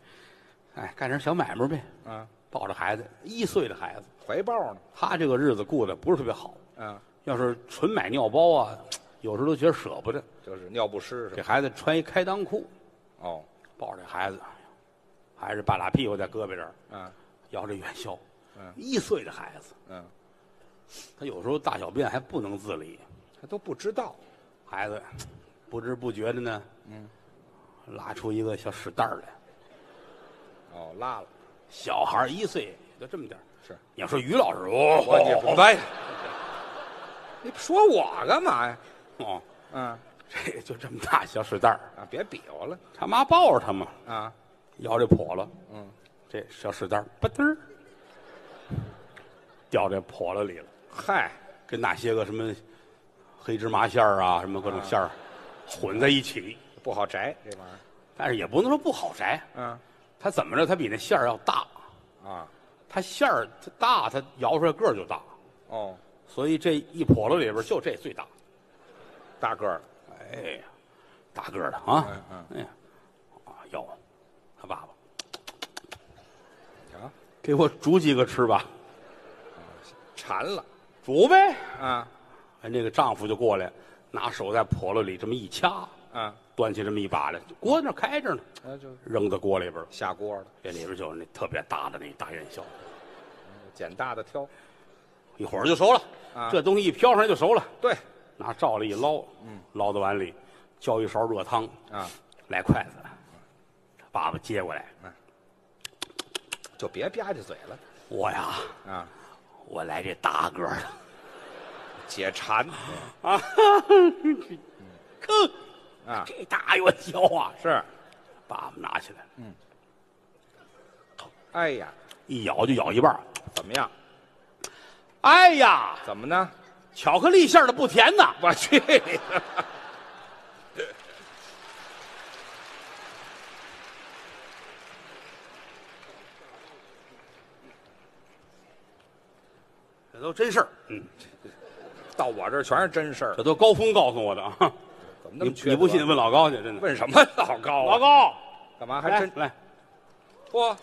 S2: 哎，干点小买卖呗。
S3: 啊，
S2: 抱着孩子，一岁的孩子，
S3: 怀抱呢？
S2: 他这个日子过得不是特别好。
S3: 啊，
S2: 要是纯买尿包啊，有时候都觉得舍不得。
S3: 就是尿不湿是
S2: 给
S3: 吧？
S2: 孩子穿一开裆裤，
S3: 哦，
S2: 抱着这孩子，还是半拉屁股在胳膊这儿
S3: 啊，
S2: 摇着元宵。
S3: 嗯
S2: 一岁的孩子，
S3: 嗯，
S2: 他有时候大小便还不能自理，
S3: 他都不知道
S2: 孩子不知不觉的呢，嗯，拉出一个小屎蛋儿来。
S3: 哦，拉了
S2: 小孩儿一岁就这么点儿
S3: 是。
S2: 你要说于老师，哦，
S3: 我你
S2: 哦
S3: 不 哎，你说我干嘛呀？
S2: 哦，
S3: 嗯
S2: 这就这么大小屎蛋儿，
S3: 啊，别比划了
S2: 他妈抱着他嘛，
S3: 啊！
S2: 摇这笸了，
S3: 嗯，
S2: 这小屎蛋儿吧嘚儿，掉这笸箩里了，
S3: 嗨，
S2: 跟那些个什么黑芝麻馅儿啊，什么各种馅儿混在一起，
S3: 不好摘这玩意儿。
S2: 但是也不能说不好摘，
S3: 嗯
S2: 它怎么着，它比那馅儿要大，
S3: 啊，
S2: 它馅儿它大，它摇出来个儿就大，
S3: 哦，
S2: 所以这一笸箩里边就这最大。
S3: 大个儿，
S2: 哎呀，大个儿的啊，
S3: 嗯嗯
S2: 哎呀，啊哟，他爸爸
S3: 行，
S2: 给我煮几个吃吧，
S3: 馋了
S2: 煮呗。
S3: 啊
S2: 哎，那个丈夫就过来，拿手在笸箩里这么一掐，
S3: 啊，
S2: 端起这么一把来，锅那儿开着呢，
S3: 那就
S2: 扔到锅里边了。
S3: 下锅了，
S2: 这里边就是那特别大的那大元宵，
S3: 捡大的挑。
S2: 一会儿就熟了。
S3: 啊
S2: 这东西一飘上来就熟了，
S3: 对
S2: 拿罩里一捞，嗯，捞到碗里，浇一勺热汤，
S3: 啊，
S2: 来筷子，爸爸接过来，
S3: 嗯就别吧唧嘴了
S2: 我呀，
S3: 啊，
S2: 我来这大个儿的。
S3: 解馋
S2: 啊，哼，
S3: 啊，
S2: 这大元宵啊！
S3: 是，
S2: 爸爸拿起来
S3: 嗯
S2: 了，
S3: 哎呀，
S2: 一咬就咬一半儿。
S3: 怎么样？
S2: 哎呀，
S3: 怎么呢？
S2: 巧克力馅儿的不甜呐！
S3: 我去你的！
S2: 这都真事儿，嗯，
S3: 到我这儿全是真事儿
S2: 这，都高峰告诉我的啊。
S3: 怎么那
S2: 你
S3: 么缺德？
S2: 你不信问老高去，真的。
S3: 问什么老高啊？
S2: 老高，
S3: 干嘛还
S2: 来
S3: 真
S2: 来，
S3: 嚯？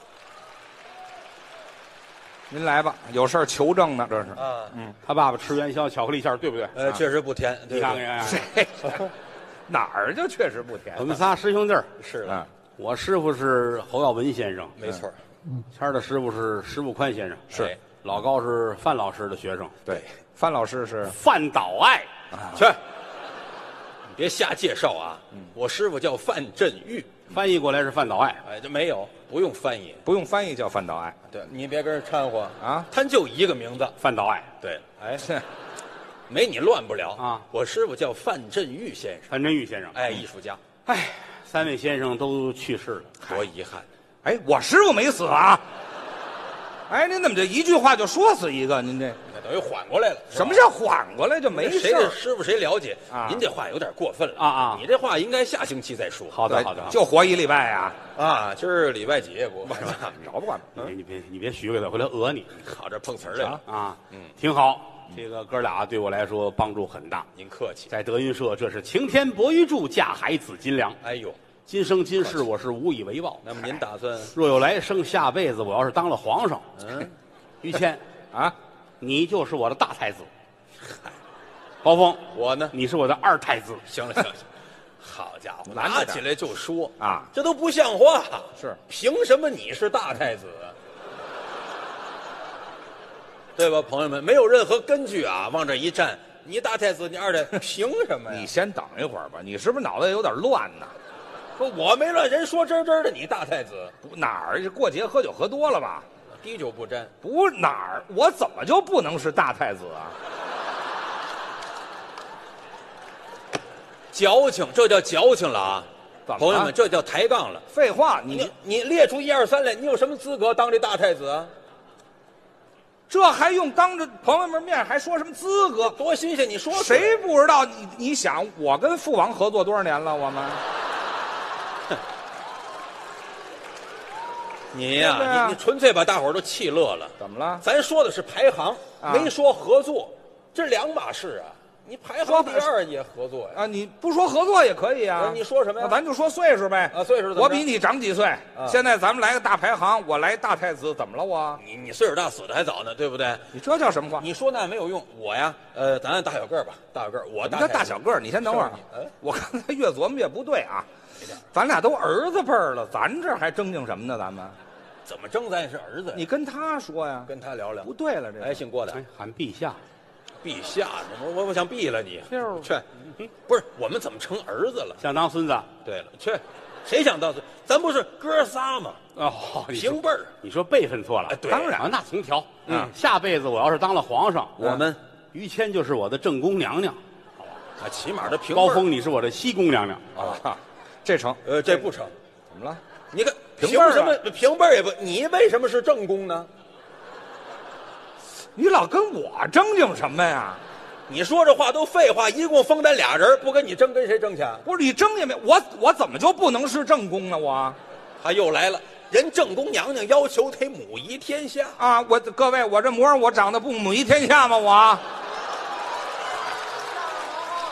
S3: 您来吧，有事儿求证呢，这是。
S5: 啊，
S2: 他爸爸吃元宵巧克力馅儿，对不对？
S5: 呃，确实不甜，对
S2: 你看看，哎
S3: 这哪儿就确实不甜
S2: 我们仨师兄弟儿，
S5: 是的，
S3: 啊？
S2: 我师傅是侯耀文先生，
S5: 没错儿，
S2: 谦儿的师傅是石富宽先生，哎
S5: 是
S2: 老高是范老师的学生，
S3: 对，范老师是
S2: 范岛爱，去
S5: 你别瞎介绍啊。我师傅叫范振玉，
S2: 翻译过来是范岛爱，
S5: 哎，这没有，不用翻译。
S3: 不用翻译叫范岛爱
S5: 对，你别跟人掺和
S3: 啊，
S5: 他就一个名字。
S2: 范岛爱，
S5: 对，哎， 没你乱不了
S2: 啊
S5: 我师傅叫范振玉先生，
S2: 范振玉先生。
S5: 哎，艺术家，
S2: 哎，三位先生都去世了。
S5: 多遗憾。
S3: 哎，我师傅没死啊！哎，您怎么这一句话就说死一个？您这
S5: 那等于缓过来了。
S3: 什么叫缓过来就
S5: 没
S3: 没
S5: 谁
S3: 事
S5: 的
S3: 儿？
S5: 师傅谁了解
S3: 啊
S5: 您这话有点过分了
S2: 啊啊
S5: 你这话应该下星期再说。
S2: 好的，好的，
S3: 对就活一礼拜啊！
S5: 啊，今儿礼拜几也不？
S3: 嗯找不管
S2: 你哎别你别你别许给他，回来讹你
S5: 好，这碰瓷儿来了。
S2: 啊！嗯，挺好，这个哥俩对我来说帮助很大。
S5: 您客气。
S2: 在德云社，这是晴天博玉柱，架海紫金梁。
S5: 哎呦，
S2: 今生今世，我是无以为报。
S5: 那么您打算？
S2: 若有来生，下辈子我要是当了皇上，
S5: 嗯，
S2: 于谦，
S3: 啊！
S2: 你就是我的大太子。高峰，
S5: 我呢？
S2: 你是我的二太子。
S5: 行了行了，行了好家伙，
S3: 拦着
S5: 拿
S3: 点
S5: 起来就说
S3: 啊，
S5: 这都不像话。
S3: 是，
S5: 凭什么你是大太子？对吧，朋友们，没有任何根据啊！往这一站，你大太子，你二 太，凭什么呀？
S3: 你先等一会儿吧，你是不是脑袋有点乱呢？
S5: 说我没乱，人说真真的，你大太子
S3: 不哪儿过节喝酒喝多了吧？
S5: 滴酒不沾，
S3: 不是哪儿，我怎么就不能是大太子啊？
S5: 矫情，这叫矫情了啊！
S3: 怎么了
S5: 朋友们，这叫抬杠了。
S3: 废话，
S5: 你
S3: 你
S5: 你列出一二三来，你有什么资格当这大太子啊？
S3: 这还用当着朋友们面还说什么资格？
S5: 多新鲜！你说说
S3: 谁不知道？你你想，我跟父王合作多少年了？我们
S5: 你呀、
S3: 对啊
S5: 你你纯粹把大伙儿都气乐了。
S3: 怎么了？
S5: 咱说的是排行，
S3: 啊
S5: 没说合作，这两码事啊。你排行
S3: 说
S5: 第二也合作呀、
S3: 啊，你不说合作也可以啊
S5: 那。呃你说什么呀
S3: 那咱就说岁数呗。
S5: 啊岁数怎么着
S3: 我比你长几岁。
S5: 啊
S3: 现在咱们来个大排行，我来大太子，怎么了我？
S5: 你你岁数大死的还早呢，对不对？
S3: 你这叫什么话？
S5: 你说那没有用，我呀，呃，咱按大小个儿吧，大小个儿，我
S3: 你
S5: 大
S3: 这
S5: 太
S3: 大
S5: 子
S3: 小个儿，你先等会儿啊
S5: 是你嗯。
S3: 我刚才越琢磨越不对啊。咱俩都儿子辈儿了，咱这儿还争竞什么呢？咱们，
S5: 怎么争？咱也是儿子呀，
S3: 你跟他说呀，
S5: 跟他聊聊
S3: 不。对了，这个
S5: 哎，姓郭的，
S2: 哎，喊陛下，
S5: 陛下，我我我想毙了你，去，嗯不是我们怎么成儿子了？
S2: 想当孙子？
S5: 对了，去，谁想到这？咱不是哥仨吗？
S2: 哦，
S3: 哎
S2: 你说
S5: 平辈儿，
S2: 你说辈分错了，
S5: 哎对
S2: 当然那重调。
S5: 嗯，
S2: 下辈子我要是当了皇上，嗯
S5: 我们
S2: 于谦就是我的正宫娘娘，
S5: 啊，起码的平辈
S2: 高
S5: 儿
S2: 峰你是我的西宫娘娘。
S3: 啊，这成。
S5: 呃，这不成。
S3: 怎么了？
S5: 你看，
S3: 平
S5: 凭
S3: 辈儿啊
S5: 什么平辈儿也不？你为什么是正宫呢？
S3: 你老跟我争竞什么呀？
S5: 你说这话都废话，一共封咱俩人，不跟你争，跟谁争去啊？
S3: 不是你争也没我，我怎么就不能是正宫呢？我
S5: 他又来了，人正宫娘娘要求得母仪天下，
S3: 啊，我各位，我这模样，我长得不母仪天下吗？我，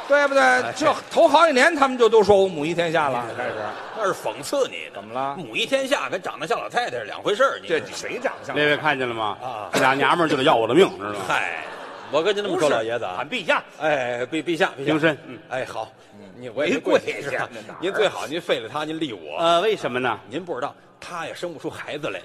S3: 对不对？这头好几年，他们就都说我母仪天下了，开始
S5: 那是讽刺你的。
S3: 怎么了
S5: 母仪天下跟长得像老太太是两回事儿，你
S3: 这
S5: 知道吗
S3: 谁长相？啊
S2: 那位看见了吗？
S5: 啊
S2: 这俩娘们儿就得要我的命，知道吗？
S5: 嗨，我跟您这么说，老爷子啊
S2: 喊，陛下，
S5: 哎，陛陛下，陛下
S2: 平身嗯
S5: 哎，好，你我也
S3: 没
S5: 是
S3: 跪
S5: 跪
S3: 下
S5: 下
S3: 那哪儿啊，
S5: 您最好您废了他，您立我，
S2: 呃，为什么呢？
S5: 您不知道，他也生不出孩子来，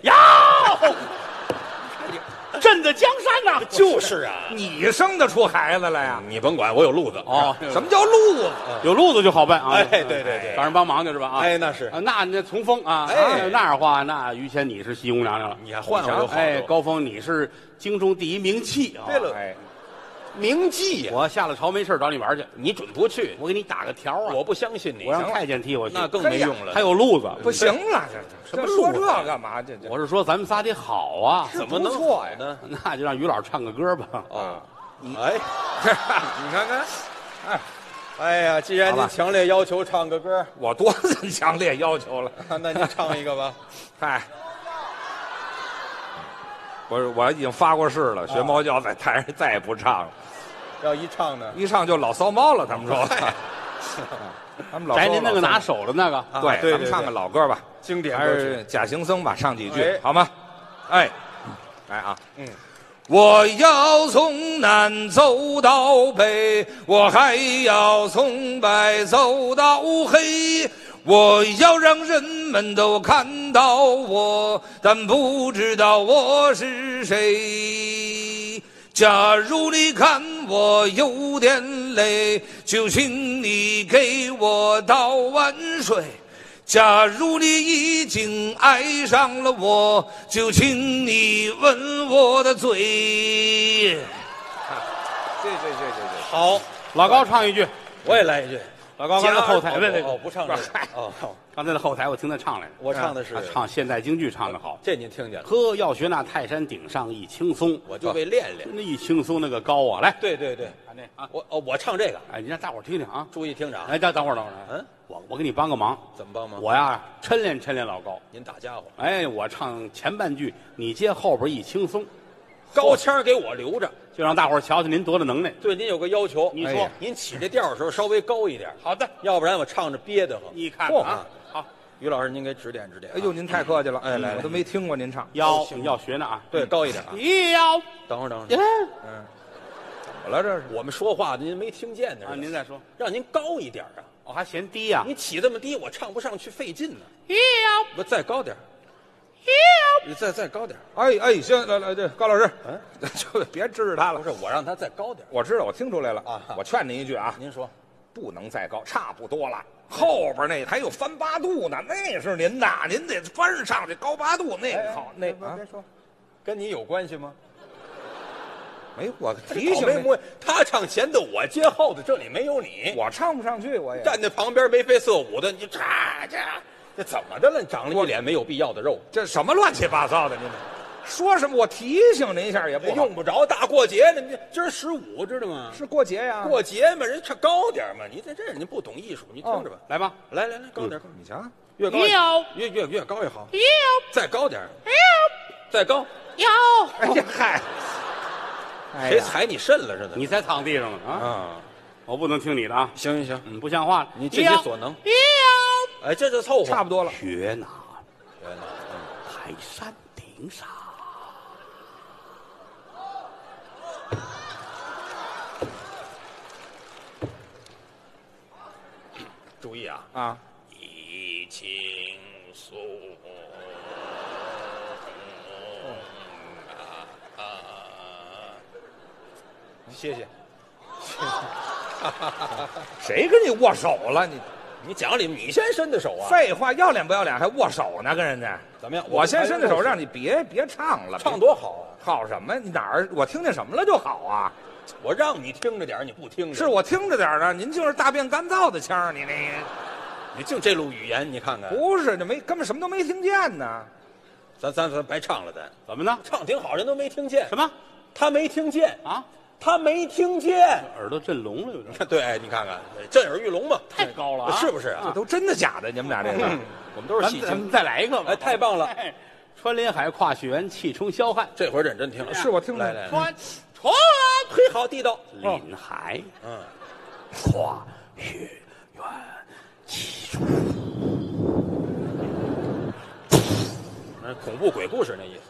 S2: 朕的江山 呐，
S5: 就是啊，
S3: 你生得出孩子来呀？
S5: 你甭管，我有路子啊
S6: 哦，
S3: 什么叫路子？
S2: 有路子就好办啊。
S5: 哎，对对对
S2: 找，人帮忙去是吧？啊，
S5: 哎，那是
S2: 啊，那那从风啊，
S5: 哎
S2: 那儿话，那于谦你是西宫娘娘了，
S5: 你还换换就好
S2: 哎，
S5: 了。
S2: 高峰你是京中第一名气啊。
S5: 对了，
S3: 哎，
S5: 名妓呀，
S2: 我下了朝没事儿找你玩去，
S5: 你准不去，
S2: 我给你打个条啊，
S5: 我不相信你
S2: 我，让太监替我去，
S5: 那更没用了。
S2: 还有路子。
S3: 不行了，这
S5: 什么
S3: 这说
S5: 路
S3: 这
S5: 子呀
S3: 干嘛？这这
S2: 我是说咱们仨得好啊，
S5: 怎么能
S3: 不错呀
S5: 好呢？
S2: 那就让于老师唱个歌吧。
S5: 啊，哎，
S3: 你看看，哎，
S5: 哎呀，既然
S2: 好
S5: 您
S2: 吧
S5: 强烈要求唱个 歌，
S3: 我多强烈要求了。
S5: 那您唱一个吧。
S3: 嗨，我我啊已经发过誓了，学猫叫在台上再也不唱了，
S5: 啊要一唱呢，
S3: 一唱就老骚猫了。他们说， 他们老
S2: 来，
S3: 说
S2: 您那个
S3: 老骚
S2: 拿手的那个，
S5: 啊
S3: 对，
S5: 对
S3: 咱们
S5: 对
S3: 唱
S5: 对
S3: 个老歌吧，
S5: 经典
S3: 还
S5: 歌
S3: 是
S5: 曲。
S3: 假行僧吧，上几句
S5: 哎
S3: 好吗？哎，来啊，
S5: 嗯，
S3: 我要从南走到北，我还要从白走到黑。我要让人们都看到我，但不知道我是谁。假如你看我有点累，就请你给我倒碗水。假如你已经爱上了我，就请你吻我的嘴。这这这这
S5: 好，
S2: 老高唱一句，
S5: 我也来 一句。
S2: 老高刚才后台，
S5: 哦
S2: 喂喂，
S5: 哦，不唱这
S2: 嗨
S5: 个。 哦，好
S2: 刚才的后台我听他唱来着，
S5: 我唱的是
S2: 他唱现代京剧唱的好。
S5: 这您听见了，
S2: 呵，要学那泰山顶上一轻松，
S5: 我就为练练
S2: 就。那一轻松那个高啊，来，
S5: 对对对，
S2: 看这啊，
S5: 我哦，我唱这个，
S2: 哎，你让大伙儿听听啊。
S5: 注意听着啊。
S2: 哎，等等会儿，等会儿，
S5: 嗯，
S2: 我我给你帮个忙，
S5: 怎么帮忙？
S2: 我呀抻练抻练老高，
S5: 您打家伙，
S2: 哎，我唱前半句，你接后边一轻松，
S5: 高腔儿给我留着。
S2: 就让大伙儿瞧瞧您多大能耐。
S5: 对您有个要求，
S2: 你说
S5: 哎呀您起这调的时候稍微高一点，
S2: 好的，
S5: 要不然我唱着憋得慌。
S2: 你看看啊，好，
S5: 于老师，您给指点指点啊。
S3: 哎呦，您太客气了，
S5: 哎来来
S3: 我都没听过您唱。
S2: 要要学呢啊，
S5: 对，高一点啊。
S7: 一要
S5: 等会儿，等会
S7: 哎
S5: 儿，
S3: 怎么了这是？
S5: 我们说话您没听见呢？
S2: 啊，您再说，
S5: 让您高一点啊！
S2: 我还嫌低呀，
S5: 你起这么低，我唱不上去，费劲呢。
S7: 一要
S5: 不，再高点儿你再再高点儿
S3: 哎哎，行，来来，这高 老师，就别支持他了
S5: 不。是，我让他再高点儿
S3: 我知道，我听出来了
S5: 啊
S3: 我劝您一句啊，
S5: 您说，
S3: 不能再高，差不多了。后边那还有翻八度呢，那是您的，您得翻上去高八度那个好，那啊
S5: 哎说，跟你有关系吗？
S3: 啊没我
S5: 提
S3: 提
S5: 醒
S3: 醒
S5: 没
S3: 您，
S5: 摸，他唱前头，我接后头，这里没有你。
S3: 我唱不上去，我也
S5: 站在旁边眉飞色舞的，你就叉这这怎么的了？你长了一脸没有必要的肉，
S3: 这什么乱七八糟的，您这说什么？我提醒您一下也不好
S5: 用不着大过节的，你今儿十五知道吗？
S3: 哎是过节呀，
S5: 过节嘛，人唱高点嘛。你在这儿你不懂艺术，你听着吧。
S2: 来吧，
S5: 来来来，高点，高点
S3: 你瞧，
S5: 越高
S7: 要
S5: 越越越高越好，
S7: 要
S5: 再高点，再高，
S7: 要。
S3: 哎呀嗨，哎
S5: 谁
S3: 呀，
S5: 踩你肾了似的？
S2: 你才躺地上了啊，
S5: 啊，
S2: 我不能听你的啊，
S5: 行行行，
S2: 嗯，不像话了，
S5: 你尽你所能，
S7: 要
S5: 哎，这就凑合，嗯
S3: 差不多了，
S2: 学呢，
S5: 多。
S2: 泰山顶上。
S5: 注意啊，
S3: 啊，
S5: 一轻松。啊啊！谢谢，
S3: 谁跟你握手了？你
S5: 你讲理，你先伸的手啊。
S3: 废话，要脸不要脸还握手呢，跟人家
S5: 怎么样我
S3: 我先伸的手，
S5: 我
S3: 让你别别唱了，
S5: 唱多好啊！
S3: 好什么呀？你哪儿？我听见什么了就好啊？
S5: 我让你听着点儿，你不听着。
S3: 是我听着点儿呢，您就是大便干燥的腔儿，你那个
S5: 你净这路语言，你看看，
S3: 不是，这没根本什么都没听见呢。
S5: 咱咱咱白唱了，咱
S2: 怎么呢？
S5: 唱挺好，人都没听见。
S2: 什么？
S8: 他没听见，
S2: 啊，
S8: 他没听见。
S2: 耳朵震聋了，有点儿
S5: 对，哎你看看，震耳欲聋嘛，
S2: 太高了啊！
S5: 是不是啊？
S3: 这都真的假的？你嗯们俩这个，
S5: 我们都是
S2: 咱
S5: 戏
S2: 们咱
S5: 精，
S2: 们再来一个
S3: 啊
S2: 吧。
S5: 哎，太棒了，
S2: 哎！ 穿林海，跨雪原，气冲霄汉。
S5: 这回认真听了，
S3: 是我听听
S5: 来来，来
S2: 穿哦
S5: 嚯，嘿，好地道，
S2: 林海，
S5: 嗯，
S2: 跨雪原，气冲。
S5: 那恐怖鬼故事那意思。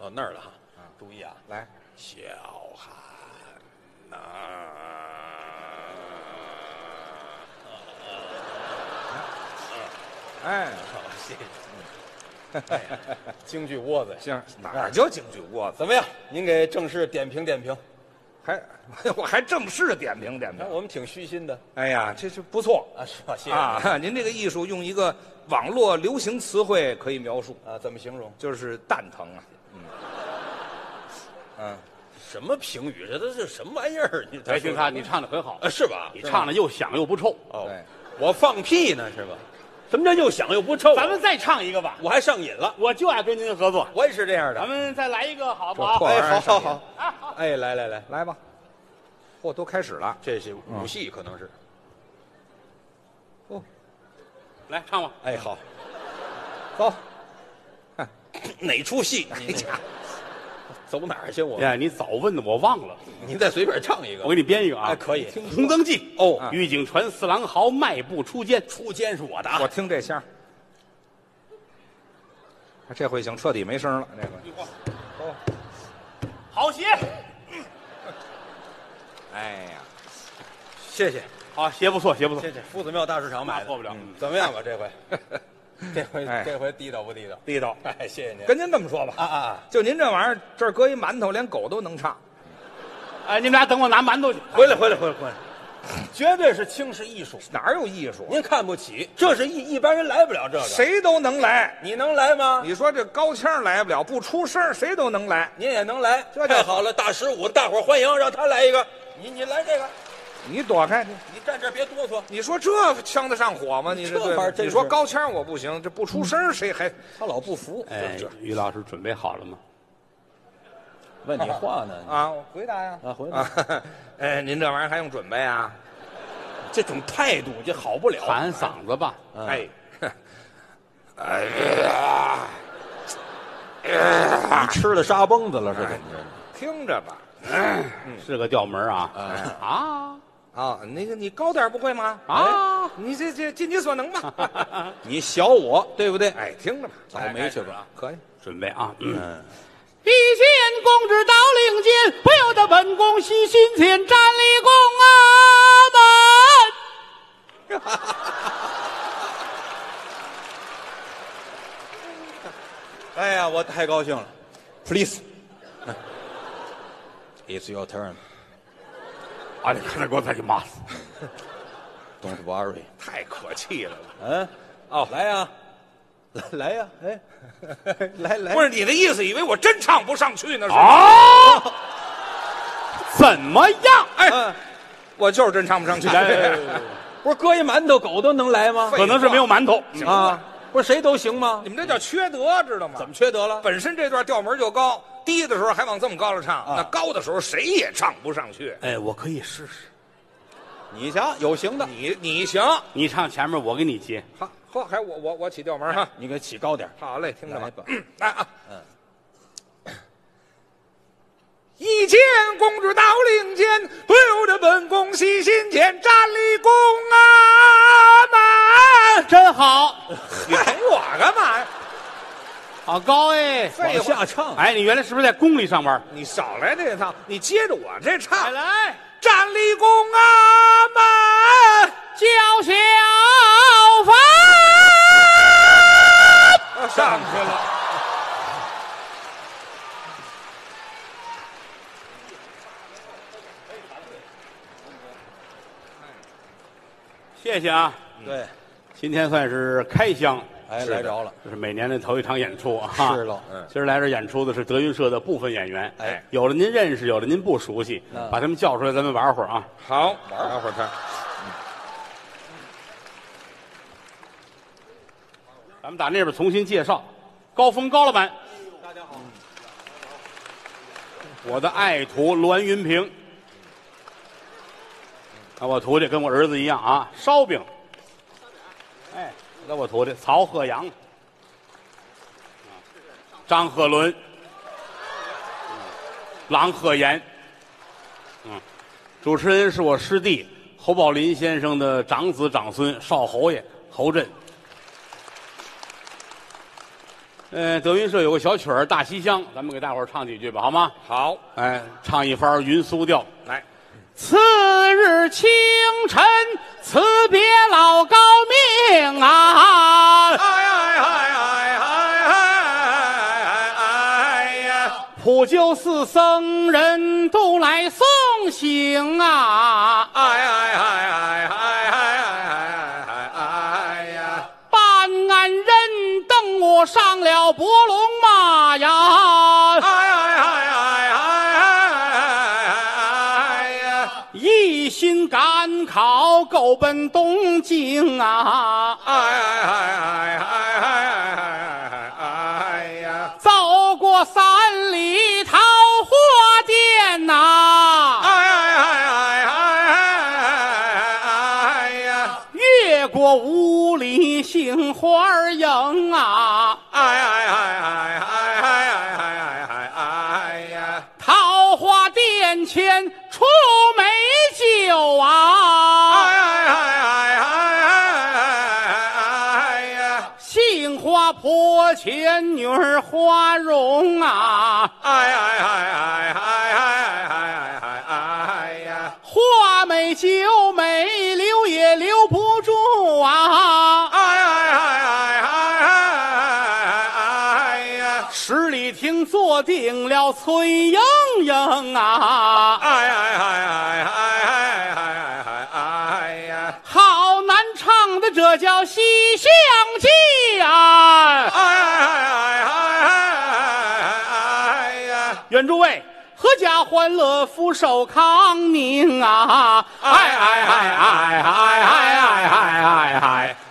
S5: 哦，那儿了哈，注意啊，
S3: 来，
S5: 小汉呐、
S3: 哎，
S5: 好，谢谢。 哎呀京剧窝子呀，
S3: 嗯行，
S5: 哪
S3: 哪
S5: 儿
S3: 儿叫京剧窝子？
S5: 怎么样？您给正式点评点评。
S3: 还 我还正式点评点
S5: 看
S3: 评。
S5: 我们挺虚心的
S3: 哎呀，这是不错
S5: 啊，是吧？谢谢您
S3: 啊！您这个艺术用一个网络流行词汇可以描述，
S5: 啊，怎么形容？
S3: 就是蛋疼啊。嗯，
S5: 什么评语？这都是什么玩意儿？你
S2: 哎，君看你唱的很好，
S5: 啊，是吧？
S2: 你唱的又响又不臭。
S5: 哦
S3: 对，
S5: 我放屁呢是吧？
S2: 什么叫又响又不臭咱们再唱一个吧，
S5: 我还上瘾了，
S2: 我就爱跟您合作。
S5: 我也是这样
S2: 咱
S5: 的。
S2: 们再来一个好不
S3: 这破
S2: 好？
S3: 玩意
S5: 哎，
S3: 儿
S5: 好
S3: 上
S5: 好
S3: 瘾
S5: 好，哎，来来来
S3: 嗯，，来吧，嚯，都开始了。
S5: 这是武戏可能是。
S2: 来唱吧。
S5: 哎，好，
S3: 走，
S5: 哪出戏？你走哪儿去？我
S2: 哎，你早问的我忘了，
S5: 您再随便唱一个
S2: 我。给你编一个啊。
S5: 哎，可以。
S2: 《红灯记》
S5: 哦，
S2: 玉井传四郎豪迈步出监，
S5: 出监是我的啊
S3: 我。听这腔儿。啊这回行，彻底没声了。这回，
S2: 好鞋，
S3: 哎呀，
S5: 谢谢，
S2: 好鞋不错，鞋不错
S5: 谢。谢。夫子庙大市场买的，
S2: 那 错不了
S5: 嗯。怎么样吧？这回， 这回
S3: 哎
S5: 这回地道不地道？
S3: 地道。
S5: 哎，谢谢您。
S3: 跟您这么说吧，
S5: 啊啊啊，
S3: 就您这玩意儿，这儿搁一馒头，连狗都能唱。
S2: 哎，你们俩等我拿馒头去。
S5: 回来回来回来回来， 绝对是轻视艺术，
S3: 哪有艺术？啊
S5: 您看不起，这是一一般人来不了这个。？
S3: 谁都能来。
S5: 你能来吗？
S3: 你说这高腔来不了，不出声儿谁都能来。
S5: 您也能来，
S3: 这就
S5: 太好了！大十五，大伙儿欢迎，让他来一个。你你来这个，
S3: 你躲开，你
S5: 你站这儿别哆嗦。
S3: 你说这呛得上火吗？你
S5: 这玩意儿
S3: 对，
S5: 真
S3: 你
S5: 是
S3: 说高腔我不行，这不出声儿谁还？
S5: 他老不服，
S2: 哎，于老师准备好了吗？
S5: 问你话呢。
S3: 啊，我回答呀！
S5: 嗯啊回答
S3: 答。哎，您这玩意儿还用准备啊？
S5: 这种态度这好不了。
S2: 喊嗓子吧。
S5: 嗯
S3: 哎，
S5: 你吃了沙蹦子了是怎么着？
S3: 听着吧。
S2: 嗯是个调门儿啊！啊
S3: 啊，那个你高点儿不会吗？
S2: 啊！
S3: 你这这尽你所能 吧。
S5: 你小我对不对？
S3: 哎，听着吧，
S5: 倒霉去吧。
S3: 可以。
S2: 准备啊！嗯，
S4: 一见公之到令箭，不由得本宫喜心间，站立宫啊门。
S5: 哎呀，我太高兴了。Please, it's your turn.
S2: 啊，你看他给我再去骂死！
S5: Don't worry.
S3: 太可气了吧，
S5: 嗯，哦，来呀，来 来呀， 哎，来来
S3: 不是你的意思，以为我真唱不上去呢？是吗？
S2: 啊， 怎么样？
S5: 嗯
S2: 哎
S3: 哎，我就是真唱不上去。
S5: 不是搁一馒头狗都能来吗？
S3: 废
S2: 可能是没有馒头。
S5: 啊，不是谁都行吗
S3: 你？们这叫缺德，知道吗？
S5: 啊怎么缺德了？
S3: 本身这段调门就高，低的时候还往这么高了唱，那高的时候谁也唱不上去。
S2: 哎，我可以试试。
S5: 你瞧，有行的，
S3: 你你行，
S2: 你唱前面，我给你接。
S3: 好，呵，还我我我起调门哈。
S5: 你给起高点儿。
S3: 好嘞，听着吧
S5: 来吧。
S3: 嗯来啊，嗯。一见公主到令间，不由得本宫喜心间，站立宫 啊满。
S2: 真好，
S3: 你捧我干嘛呀？
S2: 好高 哎！
S3: 废话，
S5: 唱，
S2: 哎，你原来是不是在宫里上班？
S3: 你少来这一套，你接着我这唱。
S2: 哎来，
S3: 站立宫啊满。
S4: 叫小凡，
S3: 上去了。
S2: 谢谢啊！
S5: 对，
S2: 今天算是开箱，
S5: 哎，来着了，
S2: 这是每年的头一场演出啊！
S5: 是喽嗯
S2: 今儿来这演出的是德云社的部分演员，
S5: 哎，
S2: 有的您认识，有的您不熟悉，
S5: 嗯
S2: 把他们叫出来，咱们玩会儿啊！
S3: 好，玩会儿天。
S2: 咱们打那边重新介绍，高峰高老板，我的爱徒栾云平。那我徒弟跟我儿子一样啊，烧饼。哎，那我徒弟曹鹤阳，张鹤伦，郎鹤炎。嗯，主持人是我师弟侯宝林先生的长子长孙少侯爷侯震。呃，德云社有个小曲儿《大西厢》，咱们给大伙儿唱几句吧，好吗？
S3: 好，
S2: 哎，唱一番云苏调。
S3: 来，
S2: 次日清晨，辞别老高命啊，
S3: 哎哎哎哎哎哎哎呀！
S2: 普救寺僧人都来送行啊，
S3: 哎哎哎哎哎哎哎哎呀！
S2: 办案人等我上了伯龙马呀，
S3: 哎哎哎哎哎哎呀！
S2: 一心赶考，够奔东京啊。
S3: 哎哎哎哎哎哎哎呀！
S2: 走过三里桃花店呐、
S3: 哎哎哎哎哎哎哎呀！
S2: 越过五里杏花儿营啊，
S3: 哎哎哎哎哎哎哎哎呀！
S2: 桃花殿前出美酒
S3: 哎
S2: 啊，
S3: 哎哎哎哎呀！
S2: 杏花坡前女儿花容啊，
S3: 哎哎哎哎哎哎哎呀！
S2: 花美酒美留也留不住啊。
S3: 哎哎哎哎哎呀！
S2: 十里亭坐定了崔莺莺啊，
S3: 哎哎哎哎哎哎呀！
S2: 好难唱的这叫《西厢记》啊！
S3: 哎哎哎哎呀！
S2: 愿诸位阖家欢乐，福寿康宁啊！哎哎哎哎哎哎哎哎哎！啊